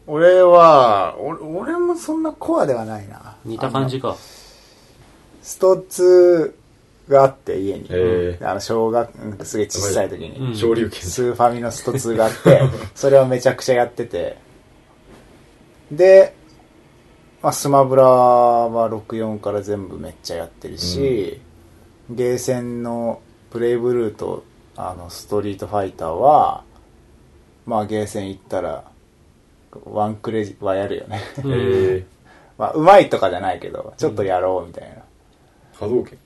Speaker 3: 俺は、お俺もそんなコアではないな。
Speaker 1: 似た感じか。
Speaker 3: スト2があって家に。
Speaker 2: ず。え
Speaker 3: あの、小学、うんすげえ小さい時に。
Speaker 1: うん
Speaker 2: ー、昇竜拳。
Speaker 3: スーファミのスト2があって、それをめちゃくちゃやってて。で、まあ、スマブラは64から全部めっちゃやってるし、ゲーセンのプレイブルーとあのストリートファイターは、まあゲーセン行ったら、ワンクレジはやるよね。
Speaker 1: うん
Speaker 2: えー、
Speaker 3: まあ、うまいとかじゃないけど、ちょっとやろうみたいな。
Speaker 2: 波動拳。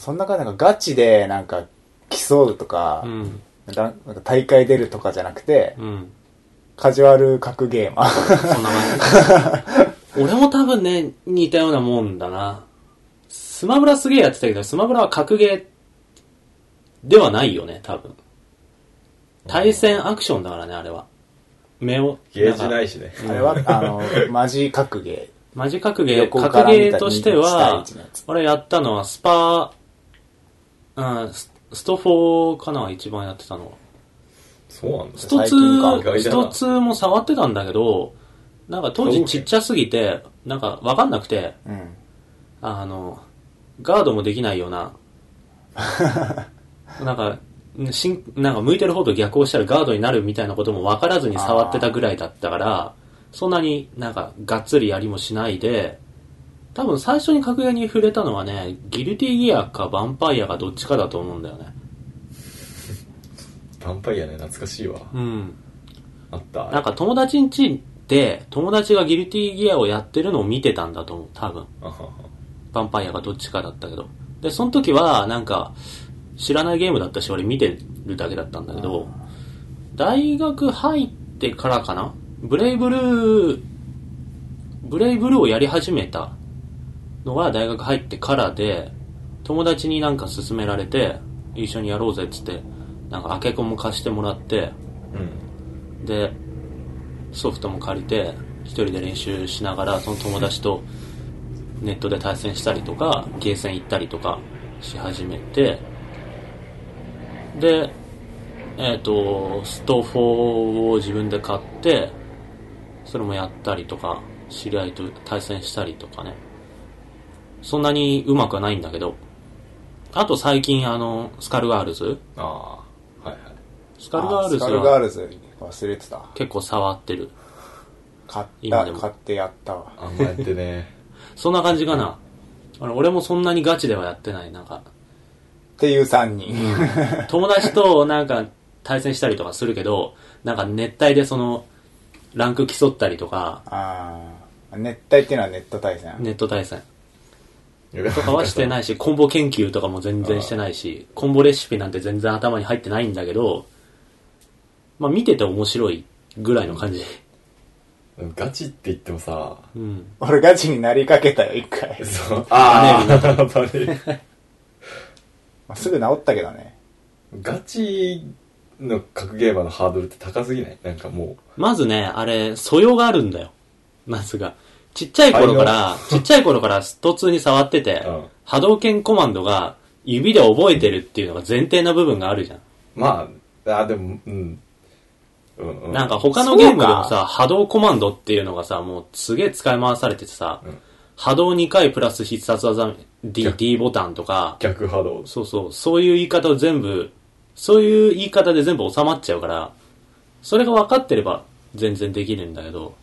Speaker 3: そんな感じ、なんかガチでなんか競うとか、
Speaker 1: うん。
Speaker 3: ランなんか大会出るとかじゃなくて、
Speaker 1: うん。
Speaker 3: カジュアル格ゲー マー。
Speaker 1: そんな感じ。俺も多分ね、似たようなもんだな。スマブラすげえやってたけど、スマブラは格ゲーではないよね、多分。対戦アクションだからね、あれは。目を。
Speaker 2: ゲージ
Speaker 1: ん
Speaker 2: な
Speaker 1: か
Speaker 2: いしね。
Speaker 3: あれは、あの、マジ格ゲ
Speaker 1: マジ格ゲー、
Speaker 3: 横
Speaker 1: 格
Speaker 3: から
Speaker 1: ゲ
Speaker 3: 見た
Speaker 1: ーとしては
Speaker 3: 二対一のやつ、
Speaker 1: 俺やったのはスパー、うん、ススト4かな、一番やってたのは。
Speaker 2: そうなんだ。
Speaker 1: スト
Speaker 3: 最近か
Speaker 2: 外
Speaker 3: 意
Speaker 2: だな
Speaker 1: 2、スト2も触ってたんだけど、なんか当時ちっちゃすぎて、なんかわかんなくて、
Speaker 3: ー。うん。
Speaker 1: あの、ガードもできないような、なんか、しんなんか向いてる方と逆をしたらガードになるみたいなことも分からずに触ってたぐらいだったから、そんなになんかがっつりやりもしないで、多分最初に格ゲーに触れたのはね、ギルティギアかヴァンパイアかどっちかだと思うんだよね。
Speaker 2: ヴァンパイアね、懐かしいわ。
Speaker 1: うん。
Speaker 2: あった。
Speaker 1: なんか友達ん家で、友達がギルティギアをやってるのを見てたんだと思う、多分。
Speaker 2: あはは
Speaker 1: ヴァンパイアがどっちかだったけど。で、その時は、なんか、知らないゲームだったし、俺見てるだけだったんだけど、大学入ってからかなブレイブルー、ブレイブルーをやり始めたのが大学入ってからで、友達になんか勧められて、一緒にやろうぜっつって、なんかアケコンも貸してもらって、
Speaker 2: うん。
Speaker 1: でソフトも借りて一人で練習しながらその友達とネットで対戦したりとかゲーセン行ったりとかし始めてでえっ、とスト4を自分で買ってそれもやったりとか知り合いと対戦したりとかねそんなにうまくはないんだけどあと最近、あの、スカルガールズ
Speaker 2: ああはいはい
Speaker 1: スカルガールズ
Speaker 3: あスカルガー
Speaker 1: は
Speaker 3: ルズ忘れてた
Speaker 1: 結構触ってる。
Speaker 3: 買っ
Speaker 1: 今で
Speaker 3: た
Speaker 1: も
Speaker 3: 買ってやったわ
Speaker 2: あんまやっ てね
Speaker 1: そんな感じかな。あの、俺もそんなにガチではやってない。なんか、
Speaker 3: っていう3人
Speaker 1: 友達となんか対戦したりとかするけど、なんか熱帯でその、ランク競ったりとか、
Speaker 3: ああ熱帯っていうのはネット対戦、
Speaker 1: ネット対戦
Speaker 2: と
Speaker 1: とかはして
Speaker 2: い
Speaker 1: ないし、コンボ研究とかも全然してないし、コンボレシピなんて全然頭に入ってないんだけど、まあ見てて面白いぐらいの感じ。
Speaker 2: ガチって言ってもさ
Speaker 1: うん。
Speaker 3: 俺ガチになりかけたよ一回、
Speaker 2: そうああバレる
Speaker 3: まあ、すぐ治ったけどね
Speaker 2: ガチの格ゲーマーのハードルって高すぎないなんかも
Speaker 1: まずね、あれ、素養があるんだよ。まずが。ちっちゃい頃から、 ちっちゃい頃からスト2に触ってて、
Speaker 2: うん
Speaker 1: 波動拳コマンドが指で覚えてるっていうのが前提な部分があるじゃん。
Speaker 2: うまああーでもうんうんうん
Speaker 1: なんか他のゲームでも
Speaker 3: そう
Speaker 1: さ、波動コマンドっていうのがさ、もうすげえ使い回されててさ、
Speaker 2: ん
Speaker 1: 波動2回プラス必殺技 D,
Speaker 2: 逆
Speaker 1: D ボタンとか、
Speaker 2: 逆波動
Speaker 1: そうそう、そういう言い方を全部、そういう言い方で全部収まっちゃうから、それが分かってれば全然できるんだけど、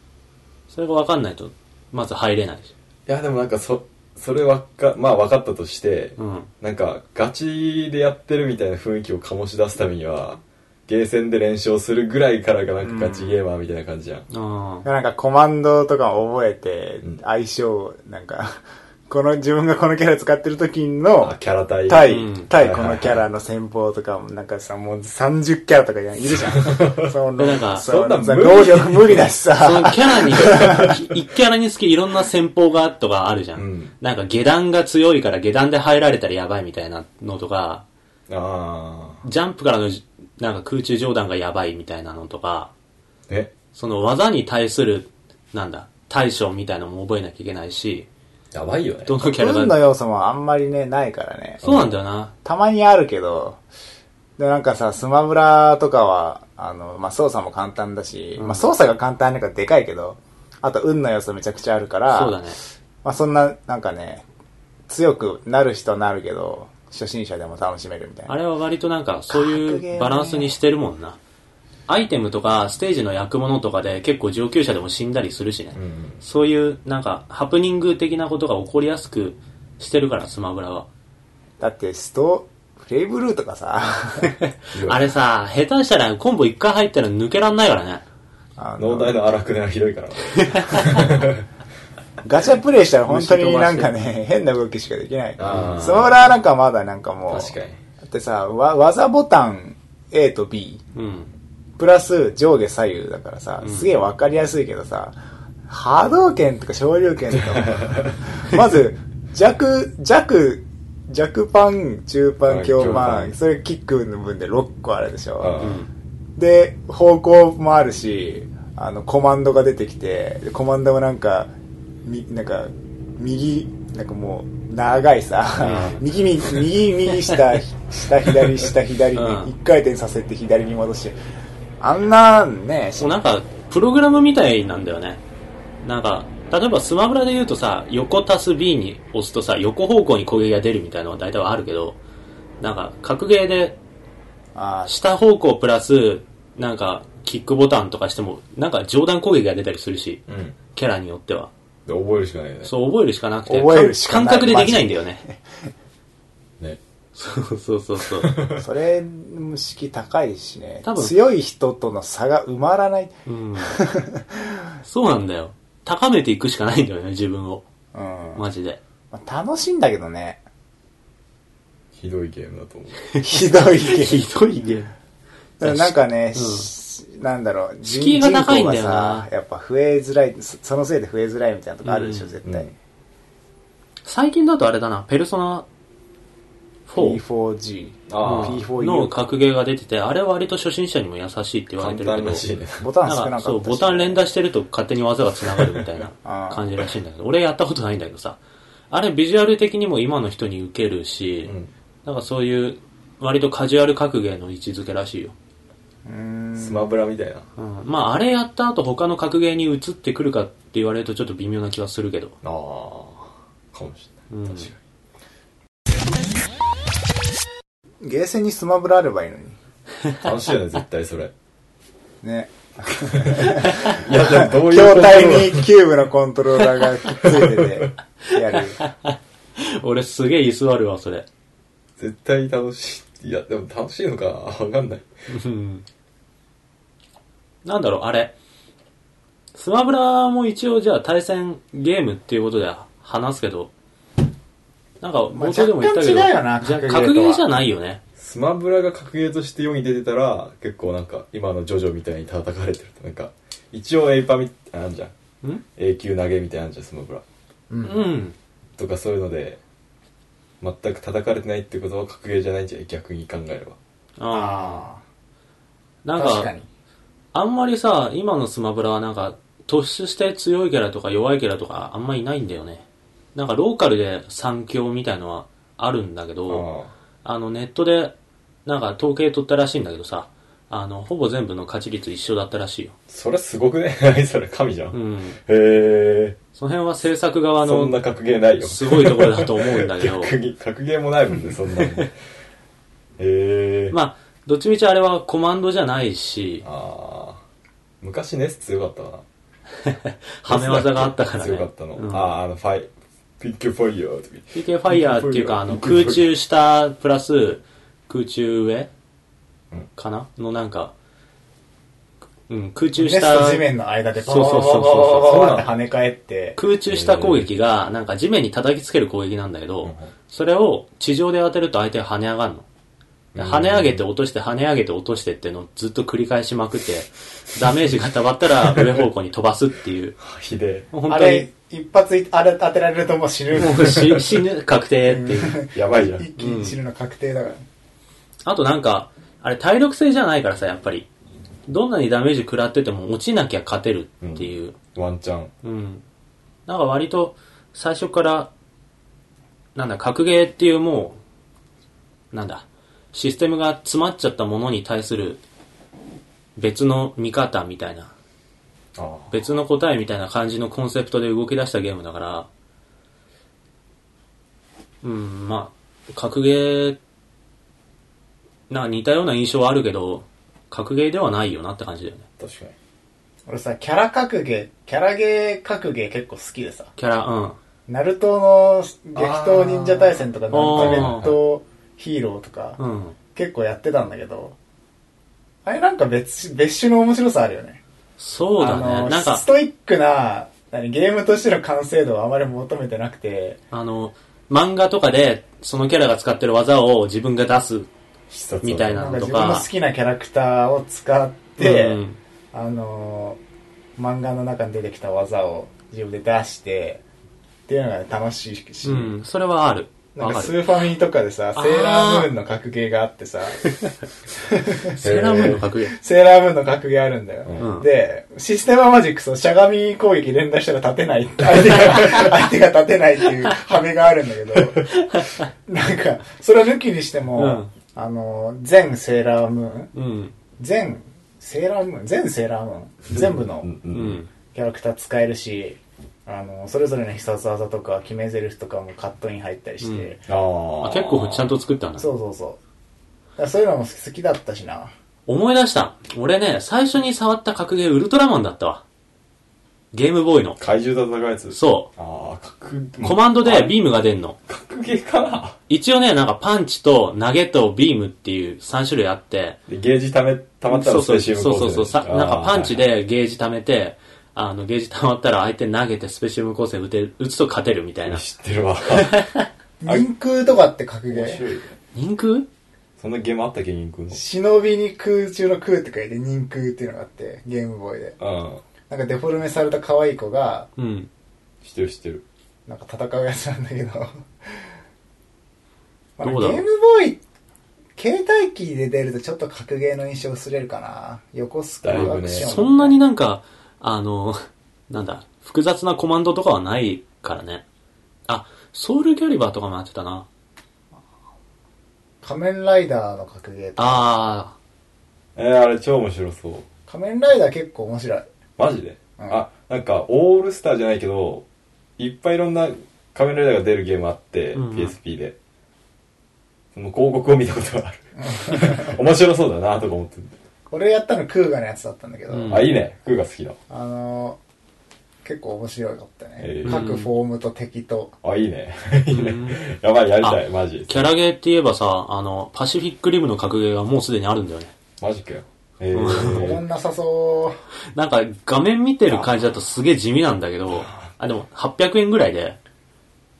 Speaker 1: それが分かんないと、まず入れないし。
Speaker 2: いやでもなんかそそれわかまあ分かったとして、
Speaker 1: うん。
Speaker 2: なんかガチでやってるみたいな雰囲気を醸し出すためにはゲーセンで練習をするぐらいからがなんかガチゲーマーみたいな感じじゃん、
Speaker 1: ああ。
Speaker 3: なんかコマンドとかも覚えて
Speaker 2: うん、
Speaker 3: 相性、なんか、この、自分がこのキャラ使ってる時の
Speaker 2: あ、キャラ対
Speaker 3: 対
Speaker 1: うん、
Speaker 3: 対このキャラの戦法とかも、なんかさ、もう30キャラとかいるじ ゃん。その
Speaker 1: なんか
Speaker 2: そんな
Speaker 3: その
Speaker 2: 無
Speaker 3: 労
Speaker 2: 理
Speaker 3: 力無理だし
Speaker 1: その
Speaker 3: さ。
Speaker 1: キャラに、一キャラに つきいろんな戦法がとかあるじゃん。
Speaker 2: うん
Speaker 1: なんか下段が強いから下段で入られたらやばいみたいなのとか、
Speaker 2: ああ
Speaker 1: ジャンプからのじなんか空中上段がやばいみたいなのとか、
Speaker 2: え
Speaker 1: その技に対する、なんだ、対処みたいなのも覚えなきゃいけないし、
Speaker 2: やばいよね
Speaker 1: どのキャラ
Speaker 3: 運の
Speaker 1: が、
Speaker 3: 要素もあんまりね、ないからね。
Speaker 1: そうなんだよな。
Speaker 3: たまにあるけど、でもなんかさ、スマブラとかは、あの、まあ、操作も簡単だし、
Speaker 1: うん
Speaker 3: まあ、操作が簡単なんかでかいけど、あと運の要素めちゃくちゃあるから、
Speaker 1: そうだね。
Speaker 3: まあそんな、なんかね、強くなる人はなるけど、初心者でも楽しめるみたい
Speaker 1: あ
Speaker 3: な。
Speaker 1: れは割となんかそういうバランスにしてるもんな。アイテムとかステージの役物とかで結構上級者でも死んだりするしね。
Speaker 2: うん
Speaker 1: そういうなんかハプニング的なことが起こりやすくしてるから、スマブラは。
Speaker 3: だって、スト、フレイブルーとかさ、
Speaker 1: あれさ、下手したらコンボ一回入ったら抜けらんないからね。
Speaker 3: あ
Speaker 2: 脳
Speaker 3: の、
Speaker 2: 内の荒くねはひどいからね
Speaker 3: ガチャプレイしたら本当になんかね、 変な動きしかできない。
Speaker 2: あー
Speaker 3: スマブラなんかまだなんかもう、
Speaker 2: 確かに
Speaker 3: だってさ、わ技ボタン A と B、
Speaker 1: うん。
Speaker 3: プラス上下左右だからさ、すげえわかりやすいけどさ、波動拳とか昇竜拳とか も、まず、弱、弱、弱パン、中パ
Speaker 2: は
Speaker 3: ン、
Speaker 2: い
Speaker 3: 強
Speaker 2: 強
Speaker 3: パ
Speaker 2: パン
Speaker 3: ン、それキックの分で6個あるでしょ。
Speaker 2: うん
Speaker 3: で、方向もあるし、あの、コマンドが出てきて、でコマンドもなんか、み、なんか、右、なんかもう、長いさ、右、右、右、右、下、下、左、下、左に、
Speaker 1: うん
Speaker 3: 一回転させて左に戻して、あんなんね、
Speaker 1: もうなんか、プログラムみたいなんだよね。なんか、例えばスマブラで言うとさ、横足す B に押すとさ、横方向に攻撃が出るみたいなのは大体はあるけど、なんか、格ゲーで
Speaker 3: あー
Speaker 1: 下方向プラス、なんか、キックボタンとかしても、なんか上段攻撃が出たりするし、
Speaker 2: うんで
Speaker 1: キャラによっては。
Speaker 2: 覚えるしかないよね
Speaker 1: そう、覚えるしかなくて、
Speaker 3: 覚えるしかない
Speaker 1: 感覚でできないんだよね。
Speaker 2: ね
Speaker 1: そうそうそうそう。
Speaker 3: それ、無識高いしね
Speaker 1: 多分。
Speaker 3: 強い人との差が埋まらない。
Speaker 1: うん。そうなんだよ。高めていくしかないんだよね、自分を。
Speaker 3: うん。ま
Speaker 1: マジで。
Speaker 3: あ、楽しいんだけどね。
Speaker 2: ひどいゲームだと思う
Speaker 3: ひどいけど
Speaker 1: ひどいゲーム。
Speaker 3: だからなんかね、しなんだろう、人
Speaker 1: 敷居が高いんだよな
Speaker 3: 人口がさやっぱ増えづらい、そそのせいで増えづらいみたいなとこあるでしょ、
Speaker 1: うん
Speaker 3: 絶対。
Speaker 1: 最近だとあれだな、ペルソナ4
Speaker 3: P4G。
Speaker 2: あー
Speaker 3: P4U。
Speaker 1: の格ゲーが出てて、あれは割と初心者にも優しいって言わ
Speaker 2: 簡
Speaker 1: れてるけ
Speaker 2: 単
Speaker 1: ど、
Speaker 2: らしいね
Speaker 3: ボタン少
Speaker 1: なか
Speaker 3: なんかったし
Speaker 1: そう、ボタン連打してると勝手に技が繋がるみたいな
Speaker 3: あー
Speaker 1: 感じらしいんだけど、俺やったことないんだけどさ、あれビジュアル的にも今の人に受けるし、
Speaker 2: うん
Speaker 1: なんかそういう割とカジュアル格ゲーの位置づけらしいよ。
Speaker 3: うーん。
Speaker 2: スマブラみたいな
Speaker 1: うん、まああれやった後他の格ゲーに移ってくるかって言われるとちょっと微妙な気がするけど。
Speaker 2: ああかもしれない、確かに
Speaker 3: ゲーセンにスマブラあればいいのに。
Speaker 2: 楽しいよね、絶対それ。
Speaker 3: ね。
Speaker 2: いや、で もどういう
Speaker 3: 筐体にキューブのコントローラーがくっついて て、やる。
Speaker 1: 俺すげえ居座るわ、それ。
Speaker 2: 絶対楽しい。いや、でも楽しいのかなわかんない。
Speaker 1: うんなんだろう、あれ。スマブラも一応じゃあ対戦ゲームっていうことで話すけど、なんか冒頭でも言ったけど、
Speaker 3: まあ若干違うよな
Speaker 1: じゃ
Speaker 3: 格ゲーとは
Speaker 1: 格ゲーじゃないよね。
Speaker 2: スマブラが格ゲーとして世に出てたら、結構なんか、今のジョジョみたいに叩かれてると。なんか、一応エイパみ、あなんじゃん。
Speaker 1: ん
Speaker 2: 永久投げみたいなのあんじゃん、スマブラ。
Speaker 1: うん。
Speaker 2: とかそういうので、全く叩かれてないってことは格ゲーじゃないんじゃん、逆に考えれば。
Speaker 1: ああ。
Speaker 3: あ
Speaker 1: な
Speaker 3: あ。
Speaker 1: ん
Speaker 3: 確
Speaker 1: か、
Speaker 3: かに。
Speaker 1: あんまりさ、今のスマブラはなんか、突出して強いキャラとか弱いキャラとかあんまいないんだよね。なんかローカルで三強みたいのはあるんだけど、
Speaker 2: あ
Speaker 1: あの、ネットで、なんか統計取ったらしいんだけどさ、あの、ほぼ全部の勝ち率一緒だったらしいよ。
Speaker 2: ーそれすごくね 何それ、神じゃん。
Speaker 1: う
Speaker 2: へ
Speaker 1: ん。
Speaker 2: え。
Speaker 1: その辺は制作側
Speaker 2: そん
Speaker 1: の
Speaker 2: な格ゲーないよ。
Speaker 1: すごいところだと思うんだけど、
Speaker 2: 逆に、格ゲーもないもんね、そんなの。へえ。
Speaker 1: まあ、どっちみちあれはコマンドじゃないし、
Speaker 2: ああ昔ネス強かったな
Speaker 1: はめ技があったからね。
Speaker 2: 強かったの、
Speaker 1: うん
Speaker 2: あああのファイピックファイヤーとか
Speaker 1: PK ファイヤーっていうか、あの、空中下プラス空中上
Speaker 2: うん
Speaker 1: かなのなんか、うん、空中
Speaker 3: ネス
Speaker 1: 下
Speaker 3: と、地面の間でパ
Speaker 1: そう
Speaker 3: ワー
Speaker 1: そ
Speaker 3: パ
Speaker 1: う
Speaker 3: ワ
Speaker 1: そうそう
Speaker 3: ーパワーパワーって跳ね返って、
Speaker 1: 空中下攻撃が、なんか地面に叩きつける攻撃なんだけど、それを地上で当てると相手が跳ね上がるの。で跳ね上げて落として跳ね上げて落としてっていうのをずっと繰り返しまくって、ダメージが溜まった ら上方向に飛ばすっていう。
Speaker 2: ひで
Speaker 1: もう本
Speaker 3: あ
Speaker 1: 当に
Speaker 3: れ、一発いあれ当てられるともう死ぬ。
Speaker 1: もう死死ぬ確定って いう。
Speaker 2: えやばいじゃん
Speaker 3: 一気に死ぬの確定だから。
Speaker 1: あとなんか、あれ体力性じゃないからさ、やっぱり。どんなにダメージ食らってても落ちなきゃ勝てるっていう。
Speaker 2: ワンチャン
Speaker 1: うん。なんか割と最初から、なんだ、格ゲーっていうもう、なんだ、システムが詰まっちゃったものに対する別の見方みたいな、
Speaker 2: あ
Speaker 1: 別の答えみたいな感じのコンセプトで動き出したゲームだから、うん、まあ、格ゲー、なんか似たような印象はあるけど、格ゲーではないよなって感じだよね。
Speaker 2: 確かに
Speaker 3: 俺さ、キャラ格ゲー、キャラゲー格ゲー結構好きでさ、
Speaker 1: キャラ、うん。
Speaker 3: ナルトの激闘忍者大戦とか、ナルトレッドヒーローとか、
Speaker 1: うん。
Speaker 3: 結構やってたんだけど、あれなんか別、別種の面白さあるよね。
Speaker 1: そうだ
Speaker 3: あ
Speaker 1: ね。
Speaker 3: の
Speaker 1: なんか
Speaker 3: ス、トイックな、何ゲームとしての完成度はあまり求めてなくて、
Speaker 1: あの、漫画とかで、そのキャラが使ってる技を自分が出す。
Speaker 2: 必殺
Speaker 1: みたいな
Speaker 3: な
Speaker 1: の
Speaker 3: ん
Speaker 1: と
Speaker 3: か
Speaker 1: か
Speaker 3: 自分の好きなキャラクターを使って、
Speaker 1: うん
Speaker 3: あのー漫画の中に出てきた技を自分で出して、っていうのがね、楽しいし、
Speaker 1: うん、それはある。
Speaker 3: なん
Speaker 1: わ
Speaker 3: か
Speaker 1: か
Speaker 3: ス
Speaker 1: る。
Speaker 3: ーファミとかでさ、セ
Speaker 1: あー
Speaker 3: ーラームーンの格ゲーがあってさ、
Speaker 1: セーラームーンの格ゲー。
Speaker 3: セーラームーンの格ゲーあるんだよ。
Speaker 1: うん
Speaker 3: で、システママジックスのしゃがみ攻撃連打したら立 てない。相手が、相手が立てないっていうハメがあるんだけど、 なんか、それを抜きにしても、
Speaker 1: うん
Speaker 3: あのー、全セーラーム
Speaker 1: う
Speaker 3: ーン、
Speaker 1: ん。
Speaker 3: 全セーラームーン、全セーラームーン、全部の、
Speaker 2: うんう、
Speaker 1: うんん。
Speaker 3: キャラクター使えるし、あの、それぞれの必殺技とか、決め台詞とかもカットイン入ったりして、
Speaker 2: あー
Speaker 1: あ、結構ちゃんと作ったな。
Speaker 3: そうそうそう。だからそういうのも好きだったしな。
Speaker 1: 思い出した。俺ね、最初に触った格ゲーウルトラマンだったわ。ゲームボーイの。
Speaker 2: 怪獣と戦うやつ
Speaker 1: そ
Speaker 2: ああ格
Speaker 1: う。コマンドでビームが出んの。
Speaker 2: 格ゲーかな
Speaker 1: 一応ね、なんかパンチと投げとビームっていう3種類あって、
Speaker 2: でゲージためたまった
Speaker 1: そ
Speaker 2: ら
Speaker 1: う
Speaker 2: ス
Speaker 1: そう
Speaker 2: ペシウム
Speaker 1: そうそうそうさなんかパンチ
Speaker 2: あ
Speaker 1: でゲージ貯めて、あの、ゲージ溜まったら相手投げてスペシウム構成打て、打つと勝てるみたい
Speaker 2: ー
Speaker 1: な。
Speaker 2: 知って るわ
Speaker 3: 人空とかって格ゲ
Speaker 2: 面
Speaker 3: ー。
Speaker 2: 白いね
Speaker 1: 人空
Speaker 2: そんなゲームあったっけ人空の
Speaker 3: 忍びに空中の空って書いて人空っていうのがあって、ゲームボーイで。
Speaker 2: うん
Speaker 3: なんかデフォルメされた可愛い子が、
Speaker 1: うん。
Speaker 2: 知ってる知ってる
Speaker 3: なんか戦うやつなんだけど。
Speaker 1: ど
Speaker 3: まあゲ
Speaker 1: うだろう
Speaker 3: ームボーイ、携帯機で出るとちょっと格ゲーの印象薄れるかな。横スク
Speaker 2: だい
Speaker 3: ロー
Speaker 2: ぶ
Speaker 3: ルア
Speaker 2: ね
Speaker 3: クション。
Speaker 1: そんなになんか、あの、 なんだ、複雑なコマンドとかはないからね。あ、ソウルギャリバーとかもやってたな。
Speaker 3: 仮面ライダーの格ゲーと
Speaker 1: あ
Speaker 2: えー、あれ超面白そう
Speaker 3: 仮面ライダー結構面白い。
Speaker 2: マジで、
Speaker 3: うん
Speaker 2: あなんかオールスターじゃないけどいっぱいいろんな仮面ライダーが出るゲームあって、
Speaker 1: うん
Speaker 2: PSP でその広告を見たことが ある面白そうだなとか思って
Speaker 3: 俺やったのクーガのやつだったんだけど、
Speaker 1: うん
Speaker 2: あいいねクーが好きだ
Speaker 3: あのー結構面白いかったね、
Speaker 2: ええ
Speaker 3: 各フォームと敵と
Speaker 2: あいいねいいねやばいやりたい
Speaker 1: あ
Speaker 2: マジ
Speaker 1: キャラゲーって言えばさ、あの、パシフィックリムの格ゲーがもうすでにあるんだよね。
Speaker 2: マジかよえ
Speaker 3: おも
Speaker 2: ー
Speaker 3: んなさそ
Speaker 1: なんか画面見てる感じだとすげえ地味なんだけど、あ、でも800円ぐらいで、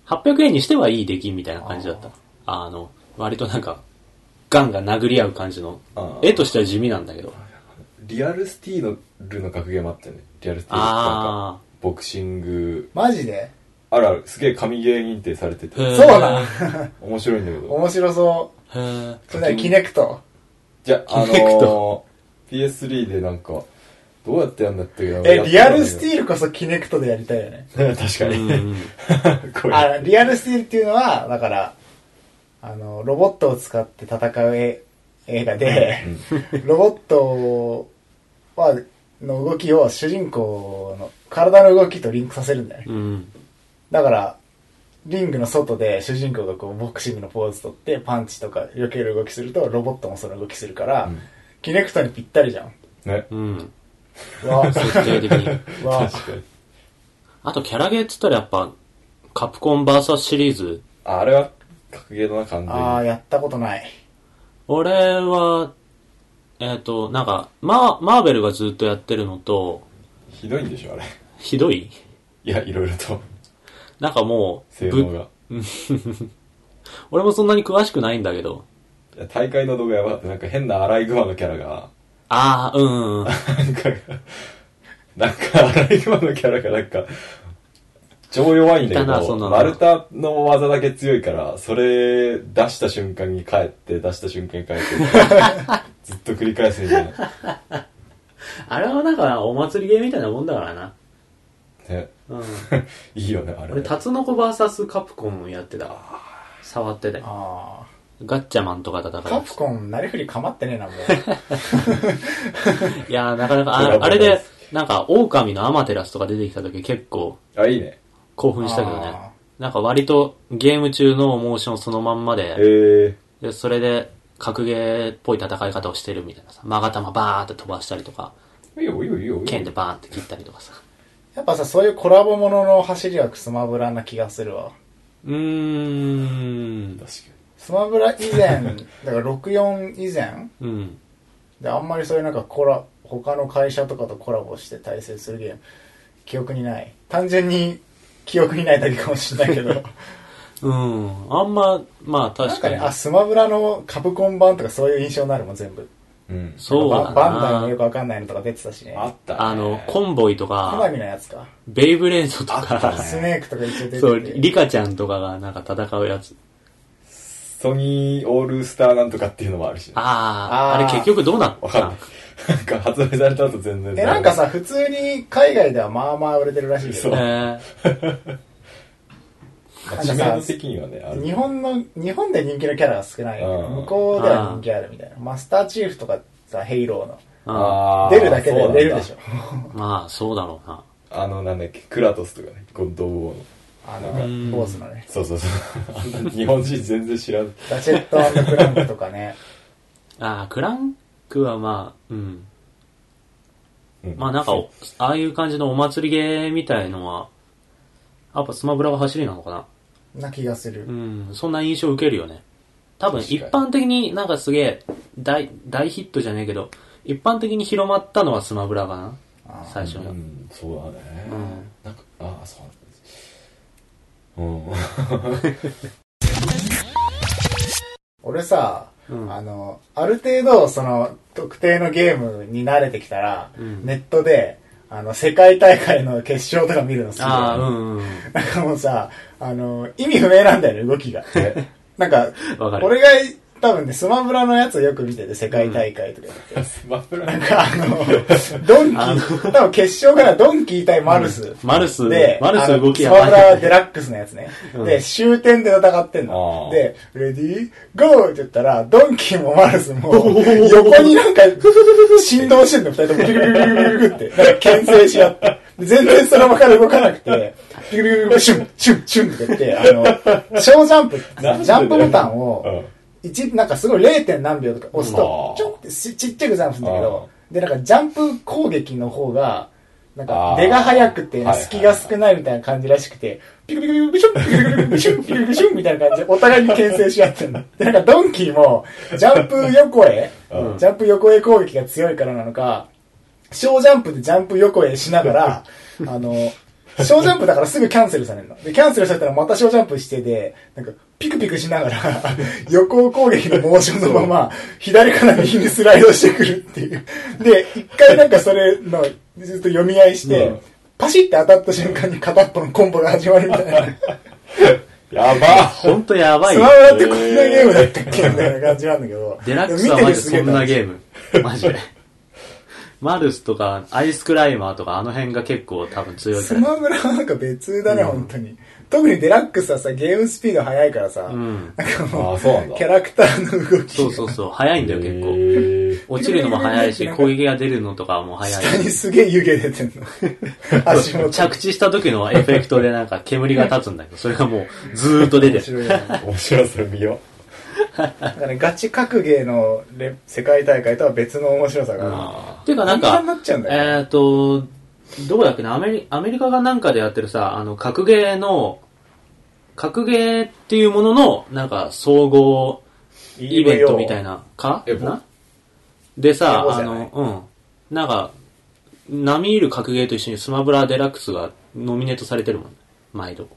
Speaker 1: 800円にしてはいい出来みたいな感じだった。あの、割となんか、ガンが殴り合う感じの
Speaker 2: あー、
Speaker 1: 絵としては地味なんだけど。
Speaker 2: リアルスティーのルの格ゲーもあったよねリアルスティーなんか
Speaker 1: あ
Speaker 2: ボクシング
Speaker 3: うマジで
Speaker 2: あるあるすげえ神ゲー認定されてて
Speaker 1: ー。へー
Speaker 3: そうなん
Speaker 2: 面白いんだけど
Speaker 3: 面白そう
Speaker 1: へー
Speaker 3: それなりにキネクト
Speaker 2: じゃああ
Speaker 1: コネク
Speaker 2: のー PS3 でなんかどうやってやんだったっけな
Speaker 3: えリアルスティ
Speaker 2: ー
Speaker 3: ールこそキネクトでやりたいよね
Speaker 2: 確か
Speaker 1: う
Speaker 2: に、
Speaker 1: んうん。
Speaker 2: これ
Speaker 3: あリアルスティールっていうのはだからあのロボットを使って戦う絵映画で、ロボットはの動きを主人公の体の動きとリンクさせるんだよね
Speaker 1: うん。
Speaker 3: だから、リングの外で主人公がこうボクシングのポーズ取ってパンチとか避ける動きするとロボットもその動きするから、
Speaker 2: うん
Speaker 3: キネクトにぴったりじゃん。
Speaker 2: ね
Speaker 1: うん。
Speaker 3: わあ、
Speaker 1: 設定的に。
Speaker 3: わあ
Speaker 2: 確かに
Speaker 1: あとキャラゲーっつったらやっぱ、カプコン VS シリーズ。
Speaker 2: ああれは格ゲーだな完全に
Speaker 3: あーやったことない。
Speaker 1: 俺は、えっ、と、なんか、マー、マーベルがずっとやってるのと、
Speaker 2: ひどいんでしょあれ
Speaker 1: ひどい
Speaker 2: いやいろいろと
Speaker 1: なんかもう、
Speaker 2: 性
Speaker 1: ぶ
Speaker 2: 能が
Speaker 1: 俺もそんなに詳しくないんだけど。
Speaker 2: いや大会の動画やばかったなんか変なアライグマのキャラが
Speaker 1: ああ、うん、うん。
Speaker 2: なんかなんかアライグマのキャラがなんか超弱いんだけ
Speaker 1: いたなそ
Speaker 2: ど
Speaker 1: んなの
Speaker 2: 丸太の技だけ強いからそれ出した瞬間に帰って出した瞬間に帰って ずっと繰り返すみたいな、
Speaker 1: あれはなんかお祭りゲーみたいなもんだからな。
Speaker 2: ね、
Speaker 1: うん。
Speaker 2: いいよねあれ
Speaker 1: 俺、タツノコ VS カプコンやってた。触ってたよ
Speaker 3: あ
Speaker 1: ガッチャマンとか戦
Speaker 3: ーカ
Speaker 1: う
Speaker 3: プ。コン、なりふり構ってねえな、もう。
Speaker 1: いやー、なかなか、
Speaker 2: コラ
Speaker 1: あ
Speaker 2: ボ
Speaker 1: あれで、なんか、狼のアマテラスとか出てきた時結構
Speaker 2: あいいね
Speaker 1: 興奮したけどね
Speaker 3: あ。
Speaker 1: なんか割とゲーム中のモーションそのまんま
Speaker 2: え
Speaker 1: で、
Speaker 2: ー、
Speaker 1: でそれで格ゲーっぽい戦い方をしてるみたいなさ。マガタマバーって飛ばしたりとか、
Speaker 2: いいよいいよいいよいいよ
Speaker 1: 剣でバーンって切ったりとかさ。
Speaker 3: やっぱさ、そういうコラボものの走りはスマブラな気がするわ。
Speaker 1: うーん。
Speaker 2: 確か
Speaker 3: スマブラ以前、 だから64以前
Speaker 1: うん。
Speaker 3: で、あんまりそういうなんかコラ、他の会社とかとコラボして対戦するゲーム、記憶にない。単純に記憶にないだけかもしれないけど。
Speaker 1: うん。あんま、まあ
Speaker 3: なん
Speaker 1: 確
Speaker 3: か
Speaker 1: か
Speaker 3: ね、
Speaker 1: に。
Speaker 3: あ、スマブラのカプコン版とかそういう印象になるもん、全部。
Speaker 2: にうん
Speaker 1: そうだ
Speaker 3: バ
Speaker 1: な。
Speaker 3: バンダイのよくわかんないのとか出てたしね。
Speaker 2: あった、ね、
Speaker 1: あの、コンボイと
Speaker 3: 花
Speaker 1: か、
Speaker 3: 火のやつか。
Speaker 1: ベイブレードと
Speaker 2: あった
Speaker 1: か、
Speaker 2: ね
Speaker 3: スネークとか一応出てて。
Speaker 1: そう、リカちゃんとかがなんか戦うやつ。
Speaker 2: ソニーオールスターなんとかっていうのもあるしね、
Speaker 1: ああ
Speaker 3: あー
Speaker 1: あれ結局どうなっ
Speaker 2: わかん
Speaker 1: たの。
Speaker 2: ないなんか発売された後全然。
Speaker 3: え、なんかさ、普通に海外ではまあまあ売れてるらしいけ
Speaker 2: そう
Speaker 3: ど、
Speaker 1: え
Speaker 2: まあ、知名度的にはね、ある
Speaker 3: 日本の、日本で人気のキャラが少ない。
Speaker 2: うん
Speaker 3: 向こうでは人気あるみたいな。マスターチーフとかさ、ヘイローの。
Speaker 1: ー、あ
Speaker 2: あー
Speaker 3: 出るだけで出るでし。
Speaker 2: そ
Speaker 3: ょ
Speaker 2: うなんだ。
Speaker 1: ーまあそうだろうな。
Speaker 2: あの、なんだっけ、クラトスとかね、ゴッド・オーの。
Speaker 3: あの、
Speaker 1: ん
Speaker 3: ボースのね。
Speaker 2: そうそうそう。あ んな日本人全然知らん。
Speaker 3: ダチェットクランクとかね。
Speaker 1: ああ、クランクはまあ、うん。
Speaker 2: うん
Speaker 1: まあなんか、おああいう感じのお祭りゲーみたいのは、やっぱスマブラが走りなのかな。
Speaker 3: な気がする
Speaker 1: う。ん、そんな印象受けるよね。多分
Speaker 2: 確
Speaker 1: 一
Speaker 2: かに
Speaker 1: 般的になんかすげえ大、大ヒットじゃねえけど、一般的に広まったのはスマブラかな
Speaker 3: あー
Speaker 1: 最初
Speaker 2: う
Speaker 1: の。
Speaker 2: ん、そうだね。
Speaker 1: うん
Speaker 2: なんか、ああ、そうなんです。うん。
Speaker 3: 俺さ、
Speaker 1: うん
Speaker 3: あの、ある程度、その、特定のゲームに慣れてきたら、
Speaker 1: うん
Speaker 3: ネットで、あの、世界大会の決勝とか見るの好きで。
Speaker 1: ああ、
Speaker 3: な
Speaker 1: うん、うん。
Speaker 3: んかもうさ、あの、意味不明なんだよね、動きが。
Speaker 2: え
Speaker 3: なんか、
Speaker 1: わかる
Speaker 3: 俺が、多分ね、スマブラのやつをよく見てて、世界大会とかやって。
Speaker 2: スマブラ
Speaker 3: なんか、あの、ド ンキー、多分決勝からドンキー対マルス。
Speaker 1: マルス
Speaker 3: で、、
Speaker 1: マルス動き
Speaker 3: や
Speaker 1: や
Speaker 3: ばい。スマブ
Speaker 1: ば
Speaker 3: ラ
Speaker 1: い
Speaker 3: デ。ラックスのやつね。
Speaker 1: うん
Speaker 3: で、終点で戦ってん
Speaker 2: あ
Speaker 3: の
Speaker 2: ー。
Speaker 3: で、レディー、ゴーって言ったら、ドンキーもマルスも、
Speaker 1: おー
Speaker 3: 横になんか、振動してんの、二人とも。ビクビクビクビクビクって、なんか牽制し合って。で全然その場から動かなくて、ビ クビクビクビクシュン、シュン、シュンってやって、あの、小ジャンプ、ジ
Speaker 2: なんでだよ
Speaker 3: ャンプボタン
Speaker 2: う
Speaker 3: を、
Speaker 2: ん。
Speaker 3: 一、なんかすごい 0. 何秒とか押すと
Speaker 2: うわ、ー
Speaker 3: ちょってしちっちゃくジャンプするんだけど、で、なんかジャンプ攻撃の方が、なんか
Speaker 2: あー
Speaker 3: 出が速くて
Speaker 2: はいはいはい
Speaker 3: 隙が少ないみたいな感じらしくて、ピクピクピクピシュン、ピクピクピクピシュン、ピクピクピシュンみたいな感じでお互いに牽制し合ってる の。で、なんかドンキーも、ジャンプ横へ、
Speaker 2: うん
Speaker 3: ジャンプ横へ攻撃が強いからなのか、小ジャンプでジャンプ横へしな がら、あの、小ジャンプだからすぐキャンセルされるの。で、キャンセルされたらまた小ジャンプしてで、なんか、ピクピクしなが ら、横攻撃のモーションのまま、左から右にスライドしてくるっていう。で、一回なんかそれの、ずっと読み合いして、
Speaker 2: うん
Speaker 3: パシって当たった瞬間に片っぽのコンボが始まるみたいな。
Speaker 2: やば
Speaker 1: ほんとやばい
Speaker 3: ス
Speaker 1: よ
Speaker 3: マ。ブラってこんなゲームだったっけみたいな感じなんだけど。
Speaker 1: デラックスは
Speaker 3: でも
Speaker 1: マジ
Speaker 3: 見ててす
Speaker 1: そ
Speaker 3: げえ
Speaker 1: んなゲーム。マジで。マルスとか、アイスクライマーとか、あの辺が結構多分強いか
Speaker 3: ス
Speaker 1: ら。
Speaker 3: マブラはなんか別だね、本当に。特にデラックスはさ、ゲームスピード速いからさ、
Speaker 1: うん。
Speaker 3: なんかも
Speaker 2: あーそうなん
Speaker 3: う、
Speaker 2: だ
Speaker 3: キャラクターの動き
Speaker 1: そうそうそう、早いんだよ、結
Speaker 2: へ
Speaker 1: 構。
Speaker 2: ー
Speaker 1: 落ちるのも早いし、攻撃が出るのとかも早
Speaker 3: 下
Speaker 1: い
Speaker 3: に。すげえ湯気出てん の。足元。
Speaker 1: 着地した時のエフェクトでなんか煙が立つん だけど、それがもうずーっと出て
Speaker 3: 面
Speaker 1: る。
Speaker 3: 白いよね。
Speaker 2: 面白いそれ見よ
Speaker 3: だからガチ格ゲーのレ世界大会とは別の面白さ
Speaker 1: う
Speaker 3: がある。
Speaker 1: んていうかなん
Speaker 3: 簡
Speaker 1: か
Speaker 3: 単になっちゃうん、だよね
Speaker 1: えっと、どこだっけな、アメリアメリカがなんかでやってるさ、あの、格ゲーの、格ゲーっていうものの、なんか、総合イベントみたい。な、か
Speaker 2: エボ
Speaker 1: なで
Speaker 3: エ
Speaker 1: さ、
Speaker 3: ボ
Speaker 1: あ
Speaker 3: じゃない
Speaker 1: の、うん。なんか、並みいる格ゲーと一緒にスマブラデラックスがノミネートされてるもんね。毎度。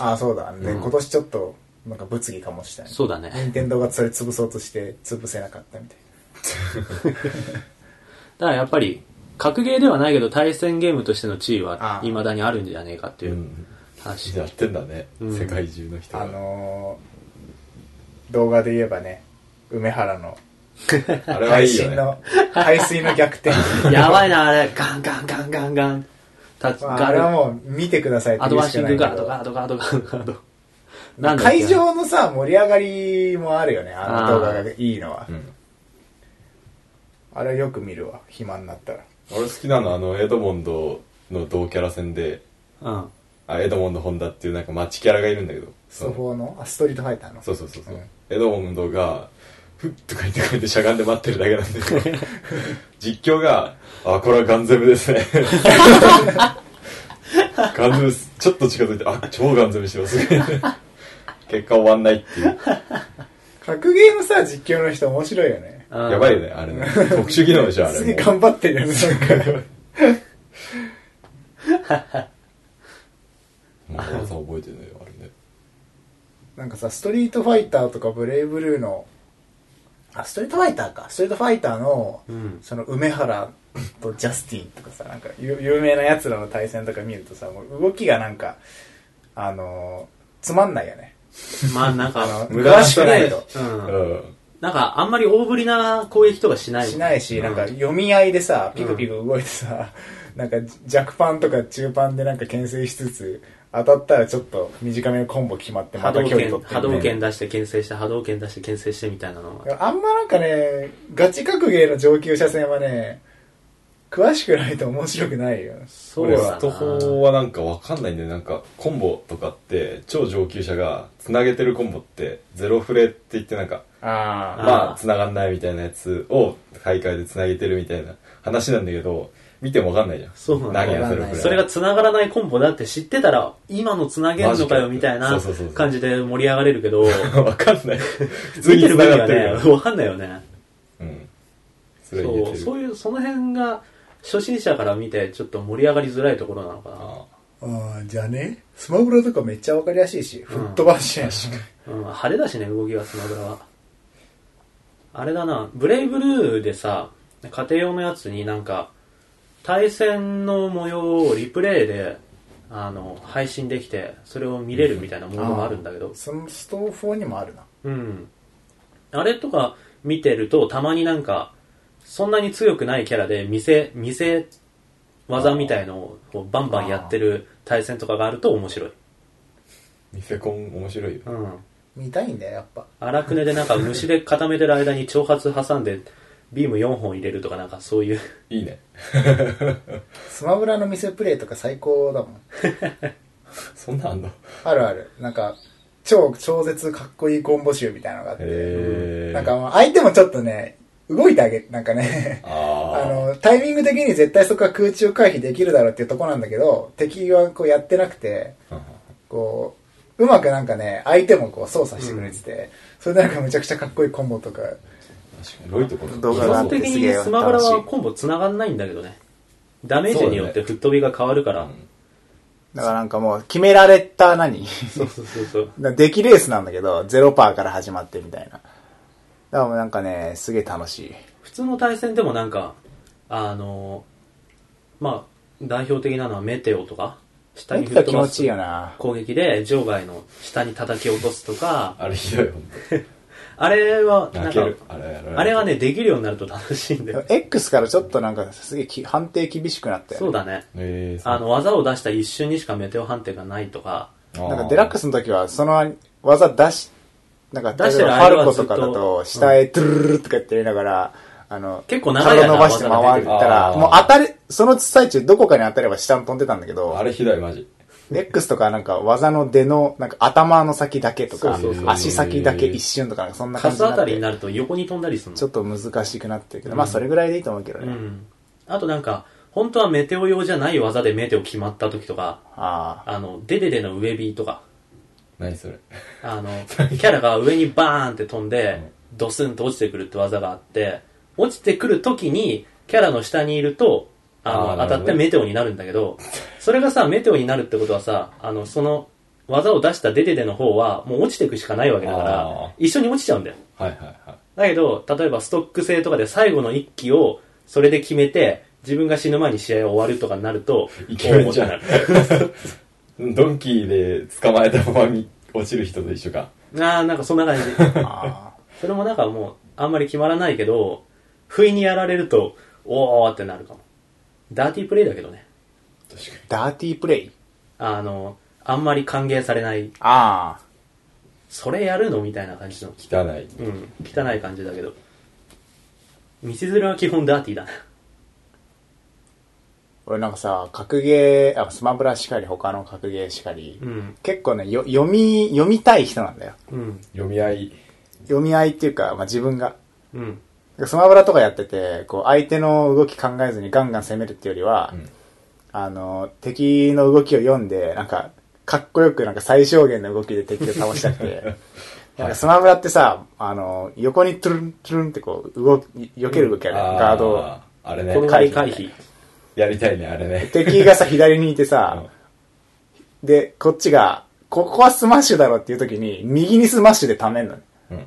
Speaker 3: ああ、そうだね。
Speaker 1: うん
Speaker 3: 今年ちょっと、なんか物議かもしれない。
Speaker 1: そうだね。
Speaker 3: 任天堂がそれ潰そうとして、潰せなかったみたい
Speaker 1: だからやっぱり、格ゲーではないけど対戦ゲームとしての地位は
Speaker 3: ああ
Speaker 1: 未だにあるんじゃねえかって
Speaker 2: う、、
Speaker 1: いううん話。
Speaker 2: やってんだね、
Speaker 1: うん
Speaker 2: 世界中の人
Speaker 3: な。
Speaker 2: が
Speaker 3: あのー、動画で言えばね、梅原の
Speaker 2: あれはい
Speaker 3: 海
Speaker 2: いよ
Speaker 3: 水
Speaker 2: ね
Speaker 3: の、海水の逆 転。
Speaker 1: やばいな、あれ。ガンガンガンガンガン。た
Speaker 3: まああれは
Speaker 1: ガン
Speaker 3: もう見てくださいって
Speaker 1: アド
Speaker 3: 言う
Speaker 1: バン
Speaker 3: し
Speaker 1: シ
Speaker 3: か
Speaker 1: ン
Speaker 3: ない
Speaker 1: グ
Speaker 3: け
Speaker 1: ガード
Speaker 3: ど
Speaker 1: ガードガードガードガード。なんだっけ
Speaker 3: 会場のさ、盛り上がりもあるよね、あの動画がいいのは
Speaker 2: う。ん、
Speaker 3: あれはよく見るわ、暇になったら。
Speaker 2: 俺好きなのあのエドモンドの同キャラ戦で
Speaker 1: うん。
Speaker 2: あエドモンド・ホンダっていうなんか街キャラがいるんだけど
Speaker 3: スト4の、あ、ストリートファイターの。
Speaker 2: そうそうそうそう、
Speaker 3: うん
Speaker 2: エドモンドがふっとか言ってこうやってしゃがんで待ってるだけなんで 実況が「あこれはガンゼムですね」ガンゼムですちょっと近づいて「あ超ガンゼムしてます」結果終わんないっていう
Speaker 3: 格ゲーのさ、実況の人面白いよね。
Speaker 1: うん
Speaker 2: やばいよねあれね特殊技能でしょあれ
Speaker 3: すげえ
Speaker 2: もう
Speaker 3: 頑張ってるよね、なんか。
Speaker 2: もう技覚えてるのよあれね
Speaker 3: なんかさ、ストリートファイターとかブレイブルーの、あ、ストリートファイターか。ストリートファイターの、
Speaker 1: うん。
Speaker 3: その梅原とジャスティンとかさ、なんか有有名な奴らの対戦とか見るとさ、もう動きがなんか、あのーつまんないよね。
Speaker 1: まあなん
Speaker 3: あ
Speaker 1: か
Speaker 3: の、、
Speaker 2: 無駄
Speaker 3: 詳
Speaker 2: な
Speaker 3: し
Speaker 2: 人
Speaker 3: くな
Speaker 2: だ
Speaker 3: い
Speaker 2: ね
Speaker 3: と。
Speaker 1: うん。
Speaker 2: うん
Speaker 1: なんかあんまり大ぶりな攻撃とかしない。
Speaker 3: しないし、なんか読み合いでさ、ピクピク動いてさ、なんか弱パンとか中パンでなんか牽制しつつ、当たったらちょっと短めのコンボ決まって、
Speaker 1: 波
Speaker 3: また
Speaker 1: 動
Speaker 3: 距離取
Speaker 1: 拳、
Speaker 3: ってみたい
Speaker 1: 波
Speaker 3: な
Speaker 1: 動拳出して牽制して、波動拳出して牽制してみたいなのが。
Speaker 3: あんまなんかね、ガチ格ゲーの上級者戦はね、詳しくないと面白くないよ。
Speaker 1: そう
Speaker 2: 俺
Speaker 1: だな
Speaker 2: ス。ト法はなんかわかんないんだよなんかコンボとかって超上級者がつなげてるコンボってゼロフレって言ってなんか
Speaker 3: あ
Speaker 1: ー
Speaker 2: まあ、繋がんないみたいなやつを大会で繋げてるみたいな話なんだけど、見てもわかんないじゃん。
Speaker 1: そうなんだ
Speaker 2: 何やそれ
Speaker 3: わかんない
Speaker 1: それが繋がらないコンボだって知ってたら、今の繋げんのかよみたいな
Speaker 2: マジかそうそうそうそう
Speaker 1: 感じで盛り上がれるけ ど、
Speaker 2: が。わかんない。普 通
Speaker 1: 見
Speaker 2: に
Speaker 1: てる
Speaker 2: 繋
Speaker 1: 分に
Speaker 2: が
Speaker 1: は
Speaker 2: って
Speaker 1: ね
Speaker 2: る、から。
Speaker 1: わかんないよね。
Speaker 2: うん。それ言
Speaker 1: そ
Speaker 2: えて
Speaker 1: う、
Speaker 2: る。
Speaker 1: そういう、その辺が、初心者から見て、ちょっと盛り上がりづらいところなのか
Speaker 2: あ
Speaker 3: あーじゃあね、スマブラとかめっちゃわかりやすいし、吹っ飛ばしやし。
Speaker 1: な。うん、派手だしね、動きがスマブラは。あれだな、ブレイブルーでさ、家庭用のやつになんか、対戦の模様をリプレイで、あの、配信できて、それを見れるみたいなものもあるんだけど、
Speaker 3: そのストー4にもあるな。
Speaker 1: うん。あれとか見てると、たまになんか、そんなに強くないキャラで、見せ、見せ技みたいのをこうバンバンやってる対戦とかがあると面白い。
Speaker 2: ミセコン面白いよ。
Speaker 1: うん。
Speaker 3: 見たいんだよ、やっぱ。
Speaker 1: 荒くねでなんか虫で固めてる間に挑発挟んで、ビーム4本入れるとかなんかそういう。
Speaker 2: いいね。
Speaker 3: スマブラの店プレイとか最高だもん。
Speaker 2: そんなんあんの
Speaker 3: あるある。なんか、
Speaker 4: 超超絶かっこいいコンボ集みたいなのがあって、
Speaker 2: へー
Speaker 4: なんかもう相手もちょっとね、動いてあげ、なんかね、
Speaker 2: あ
Speaker 4: あ
Speaker 2: ー
Speaker 4: の、タイミング的に絶対そこは空中回避できるだろうっていうとこなんだけど、敵はこうやってなくて、
Speaker 2: うん
Speaker 4: こう、うまくなんかね、相手もこう操作してくれてて、それでなんかむちゃくちゃかっこいいコンボとか、
Speaker 2: 確かにロイとこ
Speaker 3: 動
Speaker 1: 基
Speaker 3: 画があ
Speaker 1: 本
Speaker 3: って
Speaker 1: 的にスマブラはコンボ繋がんないんだけどね。ダメージによって吹っ飛びが変わるから。
Speaker 3: だからなんかもう決められた何
Speaker 1: そうそうそうそう。
Speaker 3: 出来レース なんだけど、0%から始まってみたいな。だからもうなんかね、すげえ楽しい。
Speaker 1: 普通の対戦でもなんか、あの、まあ、代表的なのはメテオとか、下
Speaker 3: 見
Speaker 1: に
Speaker 3: て
Speaker 1: 吹
Speaker 3: た
Speaker 1: っ
Speaker 3: 気
Speaker 1: 飛
Speaker 3: 持
Speaker 1: ば
Speaker 3: ちいい
Speaker 1: す
Speaker 3: よな。
Speaker 1: 攻撃で場外の下に叩き落とすとか、
Speaker 2: あれひどい、ほんと
Speaker 1: あれは、なん
Speaker 2: 泣け
Speaker 1: か
Speaker 2: る、。あれやられる
Speaker 1: あれは、ね、できるようになると楽しいんだ よ。
Speaker 3: X からちょっとなんかすげえき判定厳しくなったよね
Speaker 1: そうだね。
Speaker 2: えーそう
Speaker 1: あの、技を出した一瞬にしかメテオ判定がないとか、
Speaker 3: なんかデラックスの時は、その技出し、なんか、
Speaker 1: 出してる
Speaker 3: 例えば
Speaker 1: 間
Speaker 3: ファ
Speaker 1: は
Speaker 3: ルコとかだ
Speaker 1: ずっと
Speaker 3: と、下へトゥルルルとかやって言いながら、あの、
Speaker 1: 結構長い間
Speaker 3: 体伸ばして回った
Speaker 2: あ
Speaker 3: ら、
Speaker 2: ー
Speaker 3: もう当たり、その最中どこかに当たれば下に飛んでたんだけ
Speaker 2: あ
Speaker 3: ど、
Speaker 2: れひどい、マジ。
Speaker 3: X とかなんか技の出の、なんか頭の先だけとか
Speaker 1: そうそうそ、う
Speaker 3: 足先だけ一瞬とか、なんかそんな
Speaker 1: カ
Speaker 3: 感じ
Speaker 1: スあたり
Speaker 3: に
Speaker 1: に
Speaker 3: なって、
Speaker 1: なると横に飛んだりするの。
Speaker 3: ちょっと難しくなってるけど、まあそれぐらいでいいと思うけど
Speaker 1: う
Speaker 3: ね。
Speaker 1: ん。あとなんか、本当はメテオ用じゃない技でメテオ決まった時とか、
Speaker 3: ああ。
Speaker 1: あの、デデデの上火とか、
Speaker 2: 何それ。
Speaker 1: あの、キャラが上にバーンって飛んで、ドスンと落ちてくるって技があって、落ちてくる時に、キャラの下にいると、あの、
Speaker 2: あーなるほどね
Speaker 1: 当たってメテオになるんだけど、それがさ、メテオになるってことはさ、あの、その、技を出したデデデの方は、もう落ちていくしかないわけだか
Speaker 2: あ
Speaker 1: ら
Speaker 2: ー、
Speaker 1: 一緒に落ちちゃうんだよ。
Speaker 2: はいはいはい。
Speaker 1: だけど、例えばストック制とかで最後の一機をそれで決めて、自分が死ぬ前に試合を終わるとかになると、
Speaker 2: イケメンじゃん
Speaker 1: こうこ
Speaker 2: ドンキーで捕まえたままに落ちる人と一緒か。
Speaker 1: うなるあー、なんかそんな感じ。
Speaker 3: あ
Speaker 1: それもなんかもう、あんまり決まらないけど、不意にやられると、おーってなるかも。ダーティープレイだけどね。
Speaker 2: 確か
Speaker 3: ーダーティープレイ
Speaker 1: あの、あんまり歓迎されない、
Speaker 3: あ
Speaker 1: それやるのみたいな感じの、
Speaker 2: に。汚い。
Speaker 1: うん、汚い感じだけど。道連れは基本ダーティーだな。
Speaker 3: あ。俺なんかさ、格ゲー、あスマブラしかり、他の格ゲーしかり、
Speaker 1: うん、
Speaker 3: 結構ねよ読み読みたい人なんだよ
Speaker 1: うん、
Speaker 2: 読み合い。
Speaker 3: 読み合いっていうか、まあ、自分が
Speaker 1: うん、
Speaker 3: スマブラとかやっててこう相手の動き考えずにガンガン攻めるっていうよりは、
Speaker 2: うん
Speaker 3: あの敵の動きを読んでなんかかっこよくなんか最小限の動きで敵を倒したく てなんかスマブラってさあの横にトゥルントゥルンってこう動き避ける動きある、ガードを
Speaker 2: あーあれね
Speaker 1: 転。がり回避。
Speaker 2: やりたいね、あれね。
Speaker 3: 敵がさ、左にいてさ、で、こっちが、ここはスマッシュだろっていう時に、右にスマッシュで溜めんのね。
Speaker 2: うん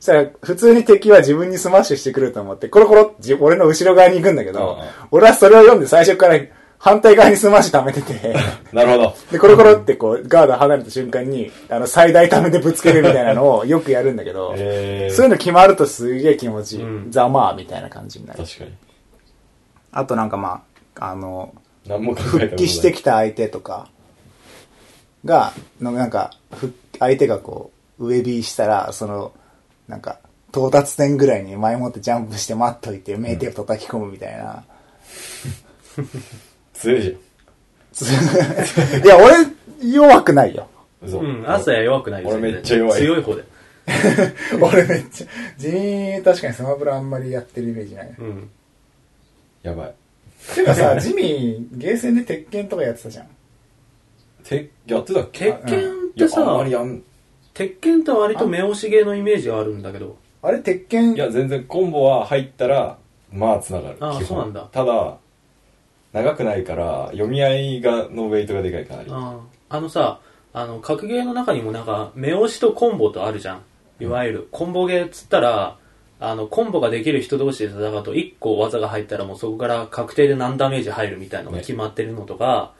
Speaker 3: そしたら、普通に敵は自分にスマッシュしてくると思って、コロコロって俺の後ろ側に行くんだけど、
Speaker 2: うんうん
Speaker 3: 俺はそれを読んで最初から反対側にスマッシュ溜めてて、
Speaker 2: なるほど。
Speaker 3: で、コロコロってこう、ガード離れた瞬間に、あの、最大溜めてぶつけるみたいな のをよくやるんだけど、
Speaker 2: えー
Speaker 3: そういうの決まるとすげえ気持ちいい。
Speaker 1: うん
Speaker 3: ざまあみたいな感じになる。
Speaker 2: 確かに。
Speaker 3: あとなんかまあ、あの、
Speaker 2: 何も考えたことない。
Speaker 3: 復帰してきた相手とかが、のなんか、復相手がこう、上火したら、その、なんか、到達点ぐらいに前もってジャンプして待っといて、名手を叩き込むみたいな。
Speaker 2: 強いじ
Speaker 3: いや、俺、弱くないよ。
Speaker 2: ゃん。嘘
Speaker 1: うん、朝や弱くないよ
Speaker 2: 俺
Speaker 1: 全然
Speaker 2: めっちゃ弱い
Speaker 1: 強い方で。
Speaker 4: 俺めっちゃ、地味、確かにスマブラあんまりやってるイメージない。
Speaker 1: うん。
Speaker 2: やばい。
Speaker 4: てか さ、ジミー、ゲーセンで鉄拳とかやってたじゃん。
Speaker 2: て、やってたっけ
Speaker 1: 鉄拳っ
Speaker 2: いや
Speaker 1: て、
Speaker 2: あん
Speaker 1: さ
Speaker 2: まり、やん。
Speaker 1: 鉄拳って割と目押し芸のイメージがあるんだけど、
Speaker 4: あれ、鉄拳
Speaker 2: い、や、全然コンボは入ったら、まあ、つながる。
Speaker 1: あー
Speaker 2: 基本
Speaker 1: そうなんだ
Speaker 2: ただ、長くないから、読み合いが、のウェイトがでかいかなり。
Speaker 1: あーあのさ、あの、格ゲーの中にもなんか、目押しとコンボとあるじゃん。いわゆる、コンボゲーっつったら、あの、コンボができる人同士で戦うと、1個技が入ったらもうそこから確定で何ダメージ入るみたいなのが決まってるのとか、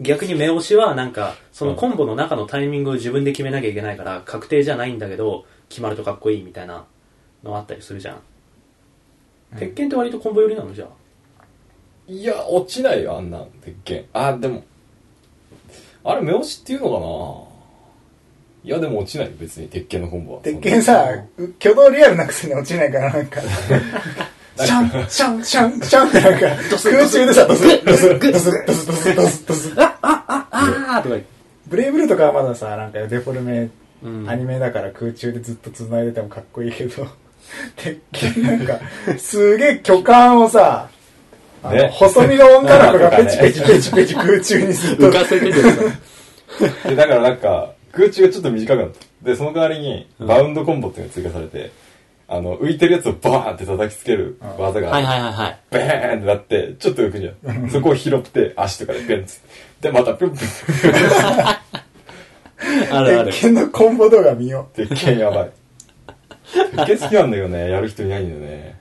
Speaker 1: 逆に目押しはなんか、そのコンボの中のタイミングを自分で決めなきゃいけないから、確定じゃないんだけど、決まるとかっこいいみたいなのあったりするじゃん。鉄拳って割とコンボ寄りなのじゃあ。
Speaker 2: いや、落ちないよ、あんなん、鉄拳。あ、でも、あれ、目押しっていうのかないや、でも落ちないよ、別に、鉄拳のコンボは。
Speaker 4: 鉄拳さ、う挙動リアルなくせに落ちないから、 なんか。シャン、シャン、シャン、シャンってなんか、空中でさ、ドスッ、ドスッ、ドスッ、ドスッ、ドスッ、ドスッ、ドスッ、
Speaker 1: ああとか言って。
Speaker 4: ブレイブルーとかはまださ、なんかデフォルメ
Speaker 1: うん
Speaker 3: アニメだから空中でずっと繋いでてもかっこいいけど、てっきりなんか、すげえ巨漢をさ、あの
Speaker 2: ね
Speaker 3: 細身の女の子が
Speaker 2: なんかね
Speaker 3: ペチペチペチペチ空中にずっと
Speaker 1: 浮かせててさ、
Speaker 2: でだからなんか空中がちょっと短くなったでその代わりにバウンドコンボっていうのが追加されて、あの浮いてるやつをバーンって叩きつける技が
Speaker 1: はいはいはいはい。
Speaker 2: ベーンってなってちょっと浮くじゃんそこを拾って足とかでペンつってでまたピュンピュン
Speaker 1: あるある。
Speaker 3: 鉄拳のコンボ動画見よ
Speaker 2: 鉄拳やばい鉄拳好きなんだよねやる人いないんだよね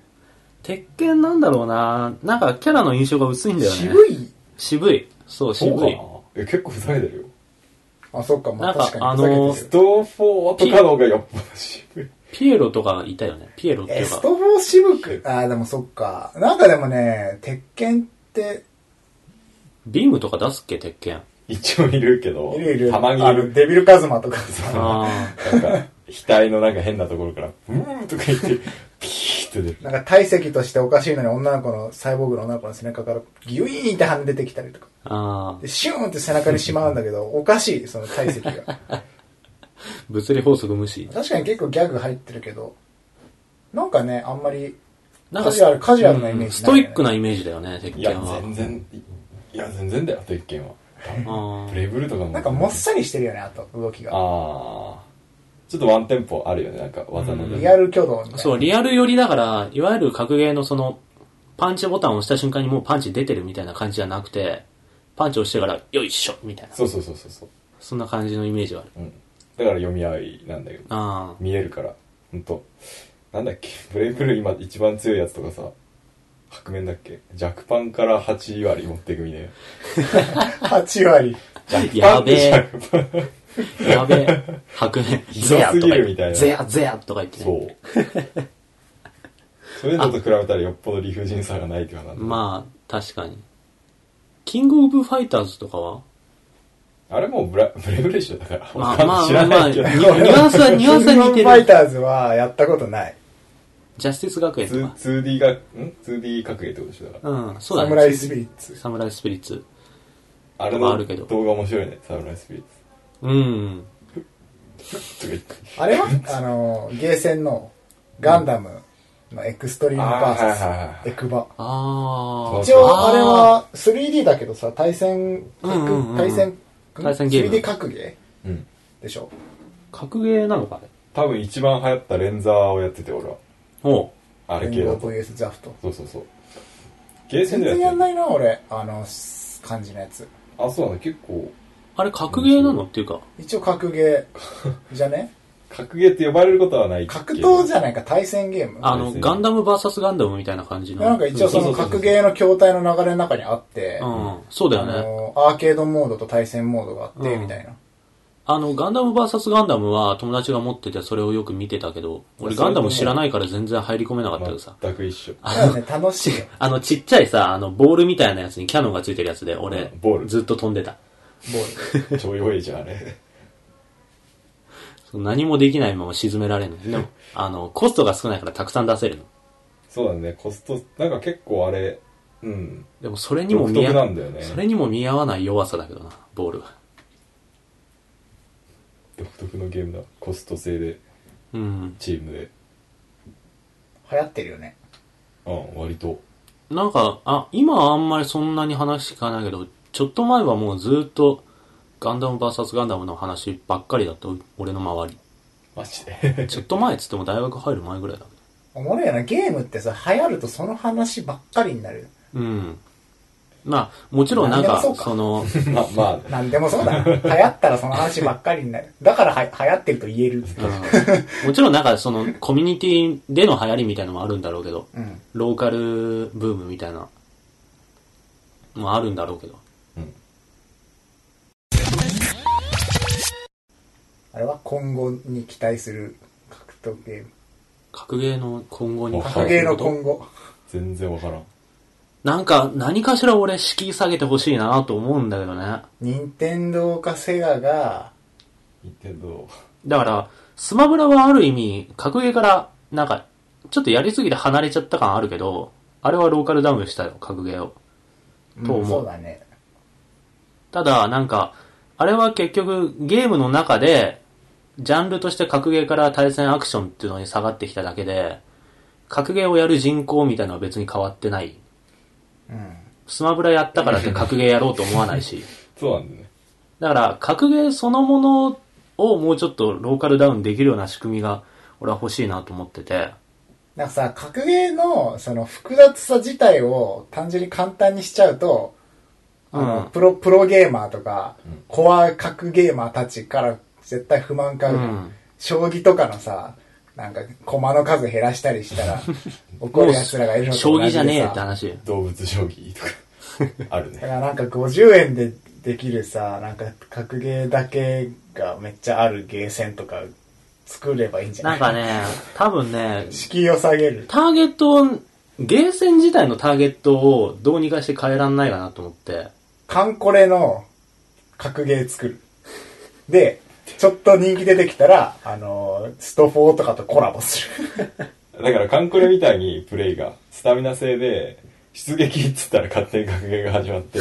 Speaker 1: 鉄拳なんだろうななんかキャラの印象が薄いん
Speaker 3: う。
Speaker 1: だよね。
Speaker 3: 渋い
Speaker 1: 渋い。そう、渋
Speaker 2: そうか
Speaker 1: い。
Speaker 2: なえ結構ふざけてるよ
Speaker 3: あ、そっか、ま
Speaker 1: な
Speaker 3: あ
Speaker 1: んか
Speaker 3: 確かにふざけてる
Speaker 1: あの
Speaker 2: ストーフォーとかの方がよっぽど渋い
Speaker 1: ピエロとかいたよね。ピエロってい
Speaker 3: エ
Speaker 1: うか
Speaker 3: ス。トボー渋く。あーでもそっか。なんかでもね、鉄拳って、
Speaker 1: ビームとか出すっけ、鉄拳。
Speaker 2: 一応いるけど
Speaker 3: いるいる。
Speaker 2: たまに
Speaker 3: あ
Speaker 2: い
Speaker 3: の
Speaker 2: る
Speaker 3: デビルカズマとかさ。
Speaker 1: あ
Speaker 2: なんか額のなんか変なところから「うーん」とか言ってピーって出る
Speaker 3: なんか体積としておかしいのに女の子の、サイボーグの女の子の背中からギュイーンって跳ね出てきたりとか。
Speaker 1: あ。ああ
Speaker 3: で。シューンって背中にしまうんだけど、おかしい、その体積が。
Speaker 1: 物理法則無視。
Speaker 3: 確かに結構ギャグ入ってるけど、なんかね、あんまり、
Speaker 1: なんか
Speaker 3: カジュアルカジュアルなイメージないよね
Speaker 1: うんストイックなイメージだよね、鉄
Speaker 2: い
Speaker 1: 拳
Speaker 2: や
Speaker 1: は。
Speaker 2: 全然いや全然だよ鉄拳は
Speaker 1: あ
Speaker 2: ブレイブルーとかも
Speaker 3: なんかもっさりしてるよね、あと、動きが。
Speaker 2: あーちょっとワンテンポあるよねなんか技の
Speaker 3: リアル挙動みたい
Speaker 1: あ。
Speaker 3: な。
Speaker 1: そう、リアル寄りだから、いわゆる格ゲーのその、パンチボタンを押した瞬間にもうパンチ出てるみたいな感じじゃなくて、パンチ押してから、よいしょみたいな。
Speaker 2: そうそうそうそうそう
Speaker 1: そんな感じのイメージはある。
Speaker 2: うんだから読み合いなんだけど
Speaker 1: ああ。
Speaker 2: 見えるからほんとなんだっけブレイブルー今一番強いやつとかさ白面だっけ弱パンから8割持っていくみたいな
Speaker 3: 8割。
Speaker 1: やべえ。やべえ。白面。
Speaker 2: ひどすぎるみたいな
Speaker 1: ゼアゼアとか言ってね。
Speaker 2: そうそれのと比べたらよっぽど理不尽さがないっていうかなんだ
Speaker 1: まあ、確かに。キングオブファイターズとかは
Speaker 2: あれもうブラブレイブルーでしょだから、
Speaker 1: まあ
Speaker 2: わかん
Speaker 1: まあ
Speaker 2: 知
Speaker 1: まあ
Speaker 2: ら
Speaker 1: まあ、
Speaker 2: ない
Speaker 1: ニ
Speaker 2: け
Speaker 1: ュ
Speaker 2: ど、
Speaker 1: ニュアンスは、ニ
Speaker 3: キ
Speaker 1: ュアン
Speaker 3: ン
Speaker 1: ス
Speaker 3: グ
Speaker 1: は
Speaker 3: オ
Speaker 1: 似
Speaker 3: ブ
Speaker 1: て
Speaker 3: ファイ
Speaker 1: る。
Speaker 3: ターズはやったことない。
Speaker 1: ジャスティス学園とか。
Speaker 2: 2, 2D がん 2D 格ゲーってことでしょだから、
Speaker 1: うん、そうだ
Speaker 3: サ
Speaker 1: ね。
Speaker 3: ムライスピリッツ。
Speaker 1: サムライスピリッツ。
Speaker 2: あれ
Speaker 1: まああ
Speaker 2: の
Speaker 1: るけど
Speaker 2: 動画面白いねサムライスピリッ
Speaker 1: うん。
Speaker 2: ツとか言って
Speaker 3: あれはあの、ゲーセンのガンダムのエクストリームバ
Speaker 2: あーはいはい
Speaker 3: ー
Speaker 2: は
Speaker 3: スエクバ。
Speaker 1: ああ。
Speaker 2: そう
Speaker 3: 一応あれは 3D だけどさ、対戦、
Speaker 1: うんうんうん
Speaker 3: 対戦、
Speaker 1: 対戦ゲーム
Speaker 3: 3D 格ゲ
Speaker 2: うん
Speaker 3: ーでしょ
Speaker 1: 格ゲーなのかね。
Speaker 2: 多分一番流行ったレンザーをやってて俺は
Speaker 1: おう。
Speaker 2: あれ
Speaker 3: 連
Speaker 2: 系だ
Speaker 3: 合
Speaker 2: と
Speaker 3: VS ザフト。
Speaker 2: そうそうそうゲーセン
Speaker 3: 全
Speaker 2: で
Speaker 3: 然や
Speaker 2: やっ
Speaker 3: ん
Speaker 2: てる
Speaker 3: ないな、俺。あの、す感じのやつ。
Speaker 2: あそうなの結構
Speaker 1: あれ格ゲーなのっていうか。
Speaker 3: 一応格ゲーじ ゃね
Speaker 2: 格ゲーって呼ばれることはないけど
Speaker 3: 格闘じゃないか、対戦ゲーム。
Speaker 1: あ
Speaker 2: そう
Speaker 1: の、
Speaker 2: ですね
Speaker 1: ガンダム VS ガンダムみたいな感じの。
Speaker 3: なんか一応そ
Speaker 2: そ
Speaker 3: の
Speaker 2: うそうそうそう
Speaker 3: 格ゲーの筐体の流れの中にあって、
Speaker 1: うん、そうだ
Speaker 3: あ
Speaker 1: よね。
Speaker 3: の、アーケードモードと対戦モードがあって、
Speaker 1: うん
Speaker 3: みたいな。
Speaker 1: あの、ガンダム VS ガンダムは友達が持っててそれをよく見てたけど、俺ガンダム知らないから全然入り込めなかったけどさ。
Speaker 2: 全く一緒
Speaker 3: だからね、楽しいよ。
Speaker 1: あの、ちっちゃいさ、あの、ボールみたいなやつにキャノンがついてるやつで、俺
Speaker 2: うんボー、ル
Speaker 1: ずっと飛んでた。
Speaker 3: ボール。
Speaker 2: 超弱いじゃんあれ
Speaker 1: そう何もできないまま沈めら れるの。でも、あの、コストが少ないからたくさん出せるの。
Speaker 2: そうだねコストなんか結構あれうん
Speaker 1: でも、それにも
Speaker 2: 独
Speaker 1: 見合
Speaker 2: 特な
Speaker 1: う、
Speaker 2: んだよね
Speaker 1: それにも見合わない弱さだけどな、ボールは。
Speaker 2: 独特のゲームだコスト制で
Speaker 1: うん。
Speaker 2: チームで
Speaker 3: 流行ってるよね。
Speaker 2: うん割と
Speaker 1: なんか、あ、今はあんまりそんなに話聞かないけど、ちょっと前はもうずっと、ガンダム VS ガンダムの話ばっかりだった、俺の周り。
Speaker 2: マジで
Speaker 1: ちょっと前っつっても大学入る前ぐらいだけ
Speaker 3: おもろいよな、ゲームってさ、流行るとその話ばっかりになる。
Speaker 1: ど。うん。まあ、もちろんなんか、
Speaker 3: 何でもそうか
Speaker 1: その、
Speaker 2: まあまあ
Speaker 3: なんでもそうだな。流行ったらその話ばっかりになる。だからは流行ってると言える。
Speaker 1: もちろんなんかそのコミュニティでの流行りみたいのもあるんだろうけど、
Speaker 3: うん。
Speaker 1: ローカルブームみたいなもあるんだろうけど。
Speaker 2: うん
Speaker 3: あれは今後に期待する格闘ゲーム。
Speaker 1: 格ゲーの今後に
Speaker 2: あ
Speaker 3: 格ゲーの今後。
Speaker 2: 全然わからん
Speaker 1: なんか何かしら俺敷居下げてほしいなと思うんだけどね。
Speaker 3: 任天堂かセガが、
Speaker 2: 言ってんど
Speaker 1: だから、スマブラはある意味、格ゲーからなんかちょっとやりすぎて離れちゃった感あるけど、あれはローカルダウンしたよ、格ゲーを。
Speaker 3: うん
Speaker 1: と思う
Speaker 3: そうだね。
Speaker 1: ただ、なんか、あれは結局ゲームの中で、ジャンルとして格ゲーから対戦アクションっていうのに下がってきただけで、格ゲーをやる人口みたいなのは別に変わってない。スマブラやったから って格ゲーやろうと思わないし。
Speaker 2: そうなんだね。
Speaker 1: だから、格ゲーそのものをもうちょっとローカルダウンできるような仕組みが、俺は欲しいなと思ってて。
Speaker 3: なんかさ、格ゲーの、その、複雑さ自体を単純に簡単にしちゃうと、あの、
Speaker 1: うん
Speaker 3: プロ、プロゲーマーとか、コア格ゲーマーたちから絶対不満買う。
Speaker 1: うん
Speaker 3: 将棋とかのさ、なんか、駒の数減らしたりした ら、怒る奴らがいるのと
Speaker 1: 将
Speaker 3: 同
Speaker 1: 棋
Speaker 3: で
Speaker 1: じ
Speaker 3: さ
Speaker 1: ゃねえって話。
Speaker 2: 動物将棋とか、ある
Speaker 3: だか
Speaker 2: ね。
Speaker 3: らなんか50円でできるさ、なんか格ゲーだけがめっちゃあるゲーセンとか作ればいいんじゃな
Speaker 1: ないんかね、多分 ね、
Speaker 3: 敷居を下げる。
Speaker 1: ターゲットを、ゲーセン自体のターゲットをどうにかして変えらんないかなと思って。
Speaker 3: カンコレの格ゲー作る。で、ちょっと人気出てきたら、あのースト4とかとコラボする。
Speaker 2: だから、カンコレみたいにプレイが、スタミナ制で、出撃っつったら勝手に格ゲーが始 まって、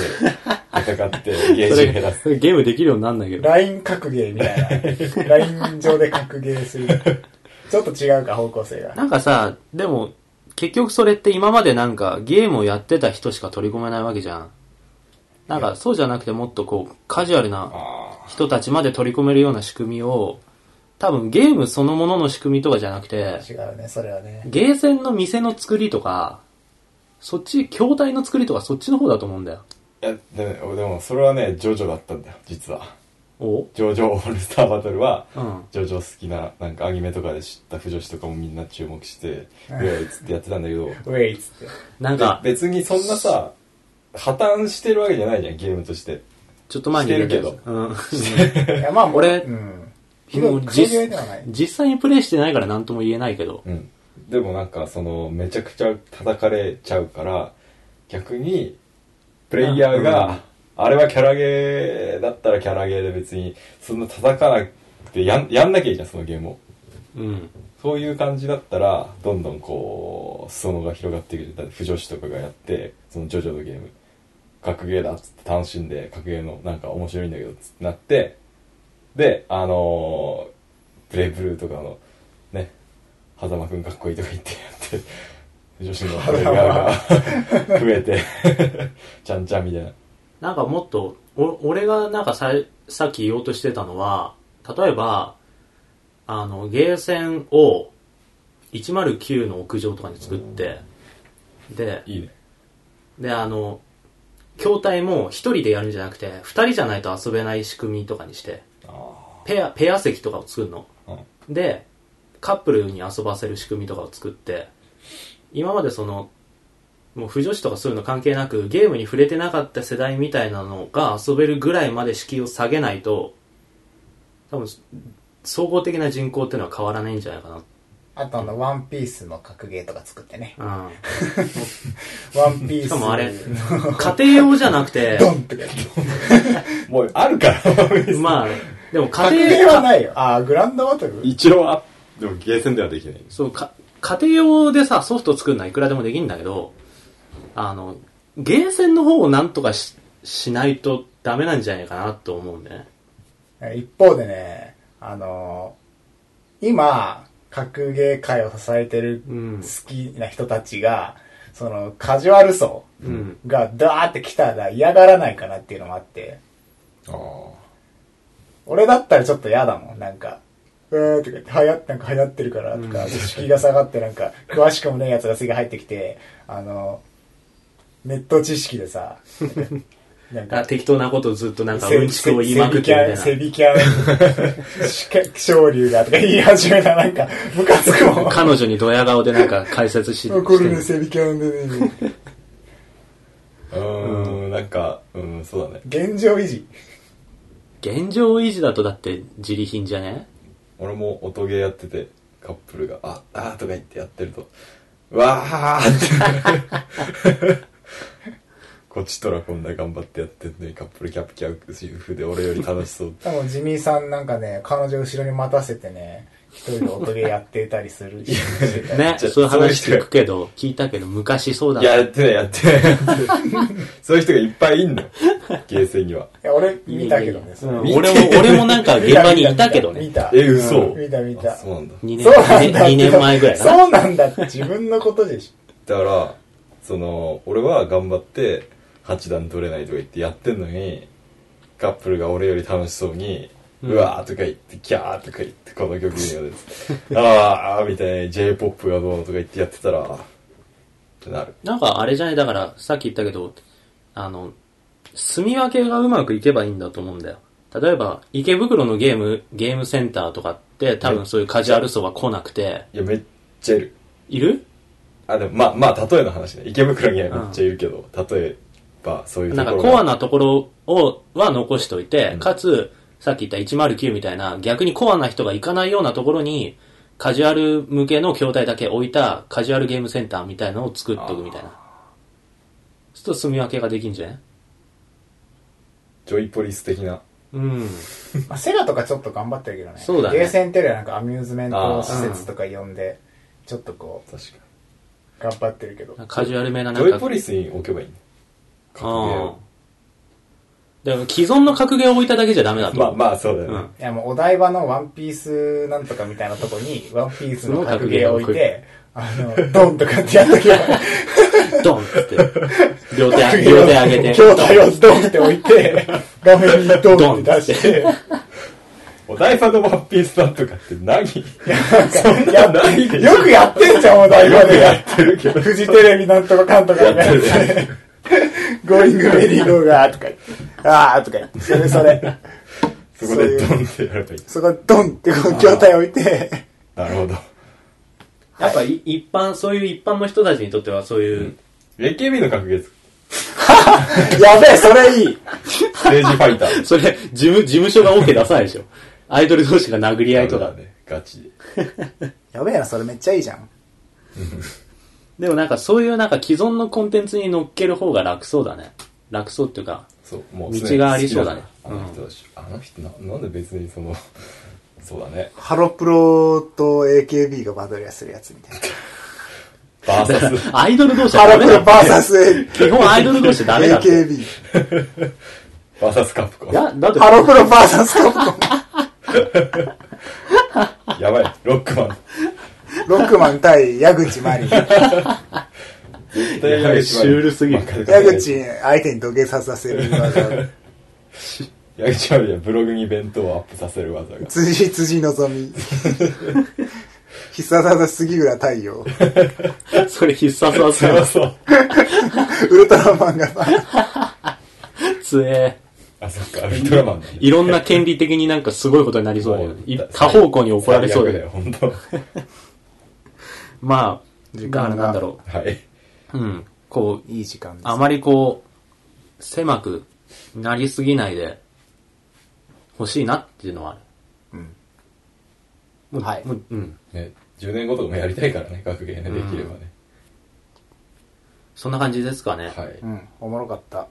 Speaker 2: 戦って、ゲージ減らす。
Speaker 1: それゲームできるようになんない けど。
Speaker 3: ライン格ゲーみたいな。ライン上で格ゲーする。ちょっと違うか、方向性が。
Speaker 1: なんかさ、でも、結局それって今までなんかゲームをやってた人しか取り込めないわけじゃん。なんかそうじゃなくてもっとこう、カジュアルな
Speaker 2: あ
Speaker 1: 人たちまで取り込めるような仕組みを、多分ゲームそのものの仕組みとかじゃなくて、
Speaker 3: 違うね、それはね。
Speaker 1: ゲーセンの店の作りとか、そっち、筐体の作りとかそっちの方だと思うんだよ。
Speaker 2: ーいや、でも、でもそれはね、ジョジョだったんだよ、実は。
Speaker 1: お
Speaker 2: ジョジョオールスターバトルは、
Speaker 1: うん。
Speaker 2: ジョジョ好きな、なんかアニメとかで知った不女子とかもみんな注目して、ウェイっつってやってたんだけど、
Speaker 3: ウェイっつって。
Speaker 1: なんか、
Speaker 2: で別にそんなさ、破綻してるわけじゃないじゃん、ゲームとして。
Speaker 1: ちょっと前に出
Speaker 2: してる
Speaker 1: ど。うん。
Speaker 3: いや、まあ、
Speaker 1: 俺
Speaker 3: うん。ひ
Speaker 1: も
Speaker 3: ど
Speaker 1: う
Speaker 3: い格ゲ
Speaker 1: 実
Speaker 3: ーではない。
Speaker 1: 実際にプレイしてないから何とも言えないけど。
Speaker 2: うん。でもなんか、その、めちゃくちゃ叩かれちゃうから、逆に、プレイヤー
Speaker 1: うんうん
Speaker 2: が、あれはキャラゲーだったらキャラゲーで別に、そんな叩かなくてやん、やんなきゃいいじゃん、そのゲームを。
Speaker 1: うん。
Speaker 2: そういう感じだったら、どんどんこう、裾野が広がっていくる。だって、不女子とかがやって、そのジョジョのゲーム、格ゲーだっつって楽しんで、格ゲーのなんか面白いんだけど、つってなって、で、あのー、プレイブルーとかの、ね、狭間くんかっこいいとか言ってやって、不女子のプレイヤーが増えて、ちゃんちゃんみたいな。
Speaker 1: なんかもっと、お俺がなんかささっき言おうとしてたのは、例えば、あの、ゲーセンを109の屋上とかに作って、で、
Speaker 2: いいね。
Speaker 1: で、あの、筐体も一人でやるんじゃなくて、二人じゃないと遊べない仕組みとかにして、
Speaker 2: あ
Speaker 1: ペア、ペア席とかを作るの。
Speaker 2: あ。うん。
Speaker 1: で、カップルに遊ばせる仕組みとかを作って、今までその、もう不女子とかそういうの関係なく、ゲームに触れてなかった世代みたいなのが遊べるぐらいまで敷居を下げないと、多分、総合的な人口っていうのは変わらないんじゃないか
Speaker 3: あとあの、ワンピースの格ゲーとか作ってね。
Speaker 1: な。
Speaker 3: ワン
Speaker 1: う
Speaker 3: ピー
Speaker 1: ん。
Speaker 3: ス。
Speaker 1: しかもあれ、家庭用じゃなくて、
Speaker 3: ドンってやる。
Speaker 2: もう、あるから。
Speaker 1: まあ、でも家
Speaker 3: 格
Speaker 1: 庭
Speaker 3: ゲーはないよ。ああ、グランドバトル
Speaker 2: 一応あ、でもゲーセンではできない。
Speaker 1: そうか、家庭用でさ、ソフト作るのはいくらでもできるんだけど、あの、ゲーセンの方をなんとかししないとダメなんじゃないかなと思うんだよね。
Speaker 3: 一方でね、あのー今、格ゲー界を支えてる
Speaker 1: うん
Speaker 3: 好きな人たちが、そのカジュアル層
Speaker 1: うん。
Speaker 3: がダーって来たら嫌がらないかなっていうのもあって、
Speaker 2: ああ。
Speaker 3: 俺だったらちょっと嫌だもん、なんか。えーとか言って、流行って、なんか流行ってるから、とか、敷居が下がって、なんか、詳しくもねえやつが次入ってきて、あの、ネット知識でさ、 なん
Speaker 1: あ
Speaker 3: か、
Speaker 1: 適当なことをずっとなんか
Speaker 3: セ
Speaker 1: うん
Speaker 3: ビ
Speaker 1: ちくを言いまくってるみた
Speaker 3: セ
Speaker 1: い
Speaker 3: ビキャン、セビキャン、昇竜だとか言い始めたらなんか、ムカつくもん。
Speaker 1: な。
Speaker 3: こ
Speaker 1: 彼女にドヤ顔でなんか解説しして
Speaker 3: れね、
Speaker 1: る。
Speaker 3: セビキャンでね、
Speaker 2: うーん、なんか、うん、そうだね。
Speaker 3: 現状維持。
Speaker 1: 現状維持だとだって自利品じゃね
Speaker 2: 俺も音ゲーやっててカップルが「ああー」とか言ってやってると「わあ」ってこっちとらこんな頑張ってやってんのにカップルキャプキャプ夫婦で俺より楽しそう
Speaker 3: 多分、ジミーさんなんかね、彼女後ろに待たせてね、一人で音ゲーやってたりするし。
Speaker 1: ね、
Speaker 2: ちょ
Speaker 1: そういう話聞くけど、聞いたけど昔そうだ
Speaker 2: いや、やってない、やってない。そういう人がいっぱいいんの。ゲーセンには。
Speaker 3: いや俺、見たけどね。そ
Speaker 1: うん
Speaker 3: の
Speaker 1: 俺も、俺もなんか現場にいたけど
Speaker 3: 見
Speaker 1: ね。
Speaker 3: た。
Speaker 2: え、嘘。
Speaker 3: 見た見
Speaker 2: あ
Speaker 3: た。
Speaker 2: そうなんだ。
Speaker 1: 2
Speaker 3: そうなん
Speaker 1: 年、
Speaker 3: だ。
Speaker 1: 二年前ぐらいかな。
Speaker 3: そうなんだって自分のことでし
Speaker 2: だから、その、俺は頑張って、8段取れないとか言ってやってんのに、カップルが俺より楽しそうに、
Speaker 1: う
Speaker 2: うんわーとか言って、キャーとか言って、この曲によ って、あーあーみたいに J-POP がどうのとか言ってやってたら、ってなる。
Speaker 1: なんかあれじゃない、だからさっき言ったけど、あの、住み分けがうまくいけばいいんだと思うんだよ。例えば、池袋のゲーム、ゲームセンターとかって多分そういうカジュアル層は来なくて、
Speaker 2: いや、めっちゃいる。
Speaker 1: いる
Speaker 2: あ、でも、まあ、まあ、例えの話ね。池袋にはめっちゃいるけど、例えば、そういう
Speaker 1: な
Speaker 2: と
Speaker 1: ん
Speaker 2: こ
Speaker 1: か
Speaker 2: ろが
Speaker 1: コアなところを、は残しといて、かつ、さっき言った109みたいな、逆にコアな人が行かないようなところに、カジュアル向けの筐体だけ置いたカジュアルゲームセンターみたいなのを作っとくみたいな。そうすると住み分けができんじゃない
Speaker 2: ジョイポリス的な。
Speaker 1: うん。
Speaker 3: ょ。まあ、セガとかちょっと頑張ってるけどね。
Speaker 1: そうだね
Speaker 3: ゲーセンっていうよりはなんかアミューズメント施設とか呼んで、ちょっとこう、
Speaker 2: 確か
Speaker 3: 頑張ってるけど。
Speaker 1: カジュアルめな
Speaker 2: に。
Speaker 1: な
Speaker 2: ジ
Speaker 1: ん
Speaker 2: ョ
Speaker 1: か。
Speaker 2: イポリスに置けばいいね。
Speaker 1: うん。でも既存の格ゲーを置いただけじゃダメだと
Speaker 2: まあ
Speaker 1: 思う。
Speaker 2: まあ、そうだよね。
Speaker 1: うん。
Speaker 3: いやもうお台場のワンピースなんとかみたいなとこに、ワンピースの格ゲーを置いて、あの、ドンとかってやっとけば、
Speaker 1: ドンっつって。両手、両手上げて。
Speaker 3: 筐体をドンって置いて、画面にドンって出して、
Speaker 2: お台場のワンピースなんとかって何そん
Speaker 3: や
Speaker 2: なないでしょ
Speaker 3: よくやってんじゃん、お台場で。
Speaker 2: やってるけど。
Speaker 3: フジテレビなんとかかんとか
Speaker 2: や
Speaker 3: みた
Speaker 2: って
Speaker 3: い
Speaker 2: る
Speaker 3: なや
Speaker 2: ね。
Speaker 3: つゴーイングメリーゴーガーとか言って、あーとか言って、それそれ。
Speaker 2: そこでドンってやればいい。
Speaker 3: そこにドンってこの筐体置いて、
Speaker 2: なるほど。
Speaker 1: やっぱい一般、そういう一般の人たちにとってはそういう、
Speaker 2: AKB の格ゲーです
Speaker 3: やべえ、それいい
Speaker 2: ステージファイター。
Speaker 1: それ、事務、事務所が OK 出さないでしょ。アイドル同士が殴り合いとか。
Speaker 2: ね。ガチで。
Speaker 3: やべえな、それめっちゃいいじゃん。
Speaker 1: でもなんかそういうなんか既存のコンテンツに乗っける方が楽そうだね。楽そうっていうか、
Speaker 2: そう、もう
Speaker 1: 道
Speaker 2: すでに
Speaker 1: がありそうだね
Speaker 2: 好きなあの人だし。あの人な、なんで別にその、そうだね。
Speaker 3: ハロプロと AKB がバトルやするやつみたいな。
Speaker 2: バーサス。
Speaker 1: アイドル同士は
Speaker 3: ハ
Speaker 1: ダ
Speaker 3: ロ
Speaker 1: メ
Speaker 3: プロ
Speaker 1: だ。
Speaker 3: VS
Speaker 1: 基本アイドル同士はダメだって。
Speaker 3: AKB。
Speaker 2: バーサスカプコン。
Speaker 1: いや、だって、
Speaker 3: ハロプロ VS カプコ
Speaker 2: やばい。ロックマン。
Speaker 3: ン。ロックマン対矢口真 理。
Speaker 2: 絶対やばい
Speaker 1: シュールすぎる
Speaker 3: 矢口相手に土下座させる技。
Speaker 2: 矢口まりはブログに弁当をアップさせる技が。
Speaker 3: 辻、辻のぞみ。必殺技杉浦太陽。
Speaker 1: それ必殺技
Speaker 2: そ
Speaker 1: だ
Speaker 2: う
Speaker 1: よ。
Speaker 2: そう。
Speaker 3: ウルトラマンがさ、
Speaker 1: つえ。
Speaker 2: あ、そっか、ウルトラマンだね
Speaker 1: いろんな権利的になんかすごいことになりそうだよね。
Speaker 2: もう
Speaker 1: い多方向に怒られそうだ
Speaker 2: 最
Speaker 1: よ。
Speaker 2: 悪本当。
Speaker 1: まあ、
Speaker 3: 時
Speaker 1: だ
Speaker 3: 間
Speaker 1: か
Speaker 3: が
Speaker 1: らなんだろ
Speaker 2: はい。
Speaker 1: う。うん。こう、
Speaker 3: いい時間です。
Speaker 1: あまりこう、狭くなりすぎないで、欲しいなっていうのはある。もう
Speaker 3: はい
Speaker 1: もううん。
Speaker 2: ね、10年後とかもやりたいからね、学芸ね、できればね。
Speaker 1: そんな感じですかね。
Speaker 2: はい。
Speaker 3: うん、おもろかった。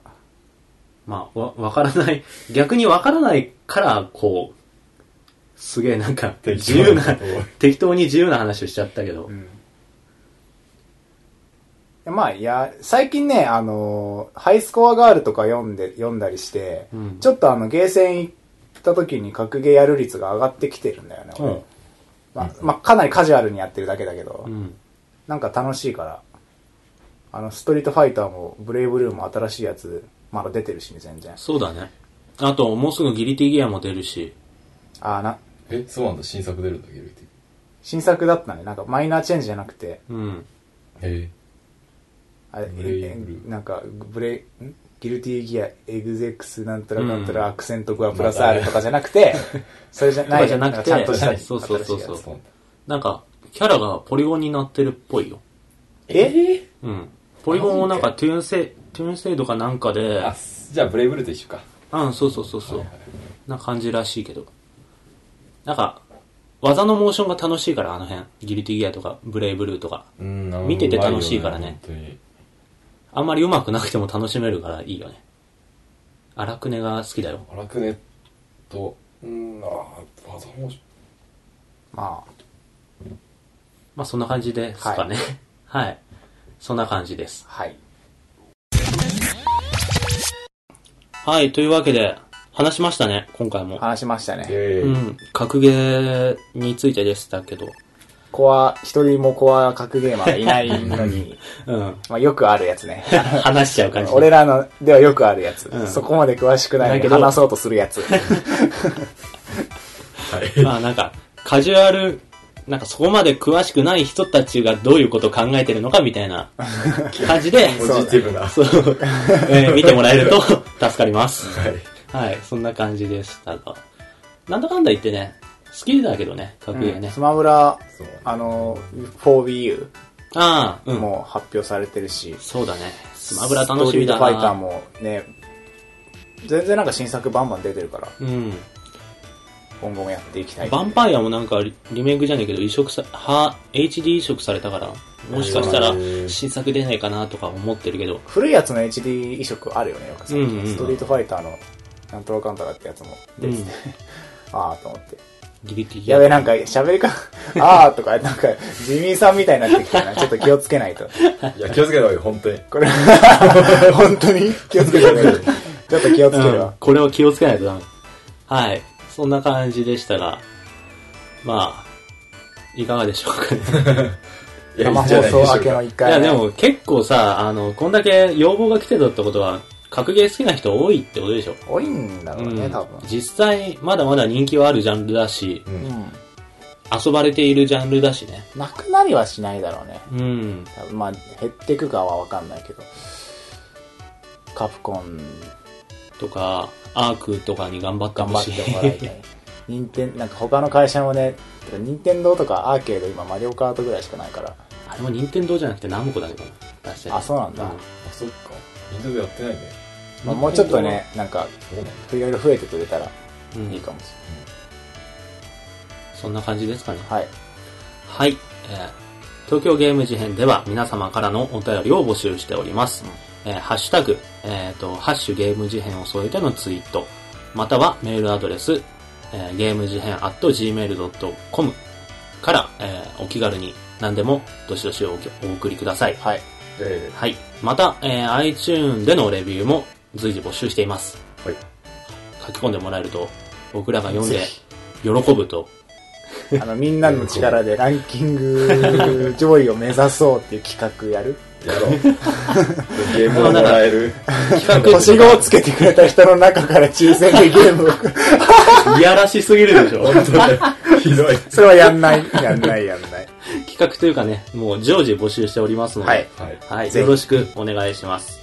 Speaker 1: まあ、わ、わからない、 逆にわからないから、こう、すげえなんか、
Speaker 2: 適
Speaker 1: 自
Speaker 2: 当
Speaker 1: 由
Speaker 2: な
Speaker 1: な
Speaker 2: ことを、
Speaker 1: 適当に自由な話をしちゃったけど、
Speaker 3: まあ、いや、最近ね、あのー、ハイスコアガールとか読んで、読んだりして、
Speaker 1: うん
Speaker 3: ちょっとあの、ゲーセン行った時に格ゲーやる率が上がってきてるんだよね、俺
Speaker 1: うん
Speaker 3: まあ、まあ、かなりカジュアルにやってるだけだけど、
Speaker 1: うん。
Speaker 3: なんか楽しいから、あの、ストリートファイターも、ブレイブルーも新しいやつ、まだ出てるしね、全然。
Speaker 1: そうだね。あと、もうすぐギリティギアも出るし、
Speaker 3: ああ、な、
Speaker 2: え、そうなんだ、新作出るんだ、ゲルティ。
Speaker 3: 新作だったね。なんか、マイナーチェンジじゃなくて、
Speaker 1: うん。
Speaker 2: え
Speaker 3: あれ、
Speaker 2: ブレイブ
Speaker 3: え
Speaker 2: ルー
Speaker 3: なんか、ブレイ、んギルティギア、エグゼックス、なんたらなんた
Speaker 1: う
Speaker 3: ら、
Speaker 1: ん
Speaker 3: アクセントグアプラス R とかじゃなくて、それじゃな
Speaker 1: とか
Speaker 3: い
Speaker 1: じゃなくて
Speaker 3: ちゃんとした。
Speaker 1: そうそうそうそう
Speaker 3: 新しいや
Speaker 2: そうなんだ。
Speaker 1: なんか、キャラがポリゴンになってるっぽいよ。
Speaker 3: つえ
Speaker 1: うん。ポリゴンをなんか、トゥーン制、トゥーン制度かなんかで、
Speaker 2: あ、すじゃあ、ブレイブルーと一緒か。
Speaker 1: うん、そうそうそうそう。な感じらしいけど。なんか、技のモーションが楽しいから、あの辺。ギリティギアとか、ブレイブルーとか。
Speaker 2: うん、
Speaker 1: 見てて楽しいからね
Speaker 2: うまいよね
Speaker 1: あんまり上手くなくても楽しめるからいいよね。荒くねが好きだよ。
Speaker 2: 本当に。荒くねと、うん、あー、技も、
Speaker 3: まあ、
Speaker 1: まあそんな感じですかね。はい、そんな感じです。
Speaker 3: はい。
Speaker 1: はい、というわけで、話しましたね、今回も。
Speaker 3: 話しました
Speaker 2: イ
Speaker 3: ね。
Speaker 2: ェ
Speaker 1: う
Speaker 2: ーイ。
Speaker 1: ん、格ゲーについてでしたけど。
Speaker 3: コア、一人もコア格ゲーマーがいないのに、
Speaker 1: うん。
Speaker 3: まあよくあるや つね。
Speaker 1: 話しちゃう感じ。
Speaker 3: 俺らのではよくあるやつ。
Speaker 1: うん
Speaker 3: そこまで詳しくないのに
Speaker 1: だけど
Speaker 3: 話そうとするやつ。
Speaker 2: はい。
Speaker 1: まあなんか、カジュアル、なんかそこまで詳しくない人たちがどういうことを考えてるのかみたい な感じで、
Speaker 2: ポジティブな。は
Speaker 1: そう、えー見てもらえると 助かります。
Speaker 2: い。
Speaker 1: はい、そんな感じでしたが。なんだかんだ言ってね、好きだけどね、格ゲーね。
Speaker 3: スマブラ、
Speaker 2: そう。
Speaker 3: あの、4BU
Speaker 1: ああ、うん。
Speaker 3: も発表されてるし、
Speaker 1: そうだね。スマブラ楽しみだ
Speaker 3: ストリートファイター
Speaker 1: な。
Speaker 3: もね、全然なんか新作バンバン出てるから、
Speaker 1: うん。
Speaker 3: 今後もやっていきたい。
Speaker 1: ヴァンパイアもなんかリリメイクじゃねえけど移植さ、は、HD 移植されたから、もしかしたら
Speaker 2: へー
Speaker 1: 新作出ないかなとか思ってるけど、
Speaker 3: 古いやつの HD 移植あるよね、よく最近。
Speaker 1: うんうん
Speaker 3: ストリートファイターの、なんとかかんたかってやつも出てて、あーと思って。
Speaker 1: ギリギリ。
Speaker 3: やべ、なんか喋りか、 あーとか、なんか、ジミーさんみたいになってきたな。ちょっと気をつけないと。
Speaker 2: いや、気をつけた方がいい、本当に。
Speaker 3: これ、 本当に気をつけてね。ちょっと気をつける
Speaker 1: うん
Speaker 3: わ。
Speaker 1: これは気をつけないとダメ。はい。そんな感じでしたが、まあ、いかがでしょうかね。
Speaker 2: いや、いい
Speaker 3: 生
Speaker 2: ん
Speaker 3: 放
Speaker 2: じゃないでしょう
Speaker 3: 送
Speaker 2: か
Speaker 3: 明けの一
Speaker 1: い
Speaker 3: 回
Speaker 1: や、
Speaker 3: 目。
Speaker 1: でも結構さ、あの、こんだけ要望が来てたってことは、格ゲー好きな人多いってことでしょ。
Speaker 3: 多いんだろうね、多分。
Speaker 1: 実際、まだまだ人気はあるジャンルだし、
Speaker 3: うん。
Speaker 1: 遊ばれているジャンルだしね。
Speaker 3: なくなりはしないだろうね。
Speaker 1: うん。
Speaker 3: 多分まあ、減ってくかはわかんないけど。カプコン
Speaker 1: とか、アークとかに頑張って
Speaker 3: 頑
Speaker 1: ほ
Speaker 3: 張っ
Speaker 1: しい。
Speaker 3: てもらいたい。任天なんか他の会社もね、任天堂とかアーケード今マリオカートぐらいしかないから。
Speaker 1: あれも任天堂じゃなくてナムコだけどな。出してる
Speaker 3: あ、そうなんだ。
Speaker 2: あ、そっか。インドでやってないね。
Speaker 3: まあ、もうちょっとね、なんか、
Speaker 2: そうなんだ。
Speaker 3: いろいろ増えてくれたら
Speaker 1: うん
Speaker 3: いいかもしれ
Speaker 1: そんな感じですかね。
Speaker 3: ない。はい。
Speaker 1: はい、えー東京ゲーム事変では皆様からのお便りを募集しております。えーハッシュタグ、えっ、と、ハッシュゲーム事変を添えてのツイート、またはメールアドレス、えーゲーム事変 at gmail.com から、えーお気軽に何でもどしどしおお送りください。
Speaker 3: はい。
Speaker 2: えー
Speaker 1: はい。また、えー iTune でのレビューも随時募集しています。
Speaker 2: はい。
Speaker 1: 書き込んでもらえると、僕らが読んで喜ぶと
Speaker 3: あの、みんなの力でランキング 上位を目指そうっていう企画や る
Speaker 2: や ろう。ゲームをもらえる。
Speaker 1: 企画
Speaker 3: 星5をつけてくれた人の中から抽選でゲームを。
Speaker 1: いやらしすぎるでしょ
Speaker 2: 本当だよひどい。
Speaker 3: それはやんない。やんない、やんない。
Speaker 1: 企画というかね、もう常時募集しておりますので、
Speaker 3: はい。
Speaker 2: はい。
Speaker 1: はい
Speaker 3: ぜひ
Speaker 1: よろしくお願いします。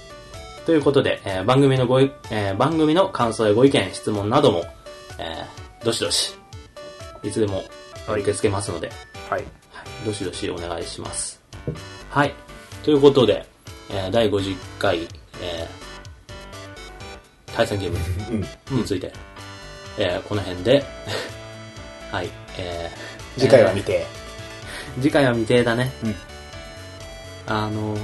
Speaker 1: ということで、えー番組のごい、えー番組の感想やご意見、質問なども、えーどしどし、いつでも
Speaker 3: はい
Speaker 1: 受け付けますので、
Speaker 3: は
Speaker 1: は
Speaker 3: い。
Speaker 1: いどしどしお願いします。はい。ということで、えー第50回、えー対戦ゲーム
Speaker 2: うん。
Speaker 1: について、えーこの辺で、 はい、えー
Speaker 3: 次回は見て。
Speaker 1: 次回は未定だね。
Speaker 3: うん
Speaker 1: あの、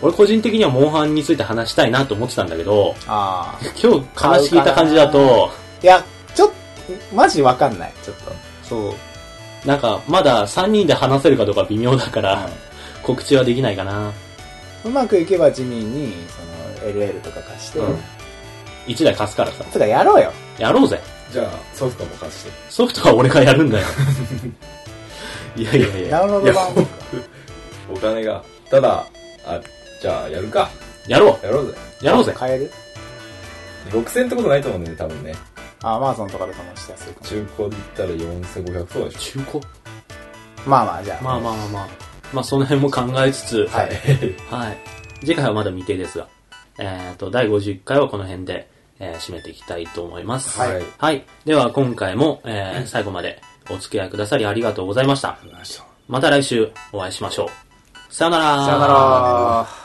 Speaker 1: 俺個人的にはモンハンについて話したいなと思ってたんだけ ど、
Speaker 3: ああ。
Speaker 1: 今日話聞いた感じだと、
Speaker 3: いや、ちょっと、マジわかんない。ちょっと。
Speaker 1: そう、なんかまだ3人で話せるかどうか微妙だから、告知はできないかな。
Speaker 3: うまくいけば地味に、その、LL とか貸して。
Speaker 1: うん1台貸すからさ、
Speaker 3: つうか、やろうよ。
Speaker 1: やろうぜ。
Speaker 2: じゃあ、ソフトも貸して。
Speaker 1: ソフトは俺がやるん だよ。いやいやいや、
Speaker 3: ダウンロード版。
Speaker 2: お金が。ただ、あ、じゃあ、やるか。
Speaker 1: やろ
Speaker 2: やろうぜ。
Speaker 1: うやろうぜ。
Speaker 3: 買える
Speaker 2: 6000ってことないと思うんだよね、多分ね。
Speaker 3: アマゾンとかで頼したりするかも
Speaker 2: 中古で言ったら4500とかでしょ。
Speaker 1: 中古
Speaker 3: まあまあ、じゃあ。
Speaker 1: まあまあまあまあ。まあその辺も考えつつ、
Speaker 3: はい。
Speaker 1: はい。次回はまだ未定ですが、えっ、と、第51回はこの辺で、えー締めていきたいと思います。
Speaker 2: はい
Speaker 1: はい。では、今回も、えー最後までお付き合いくださりありがとうございました。また来週お会いしましょう。さよなら。
Speaker 3: さよなら。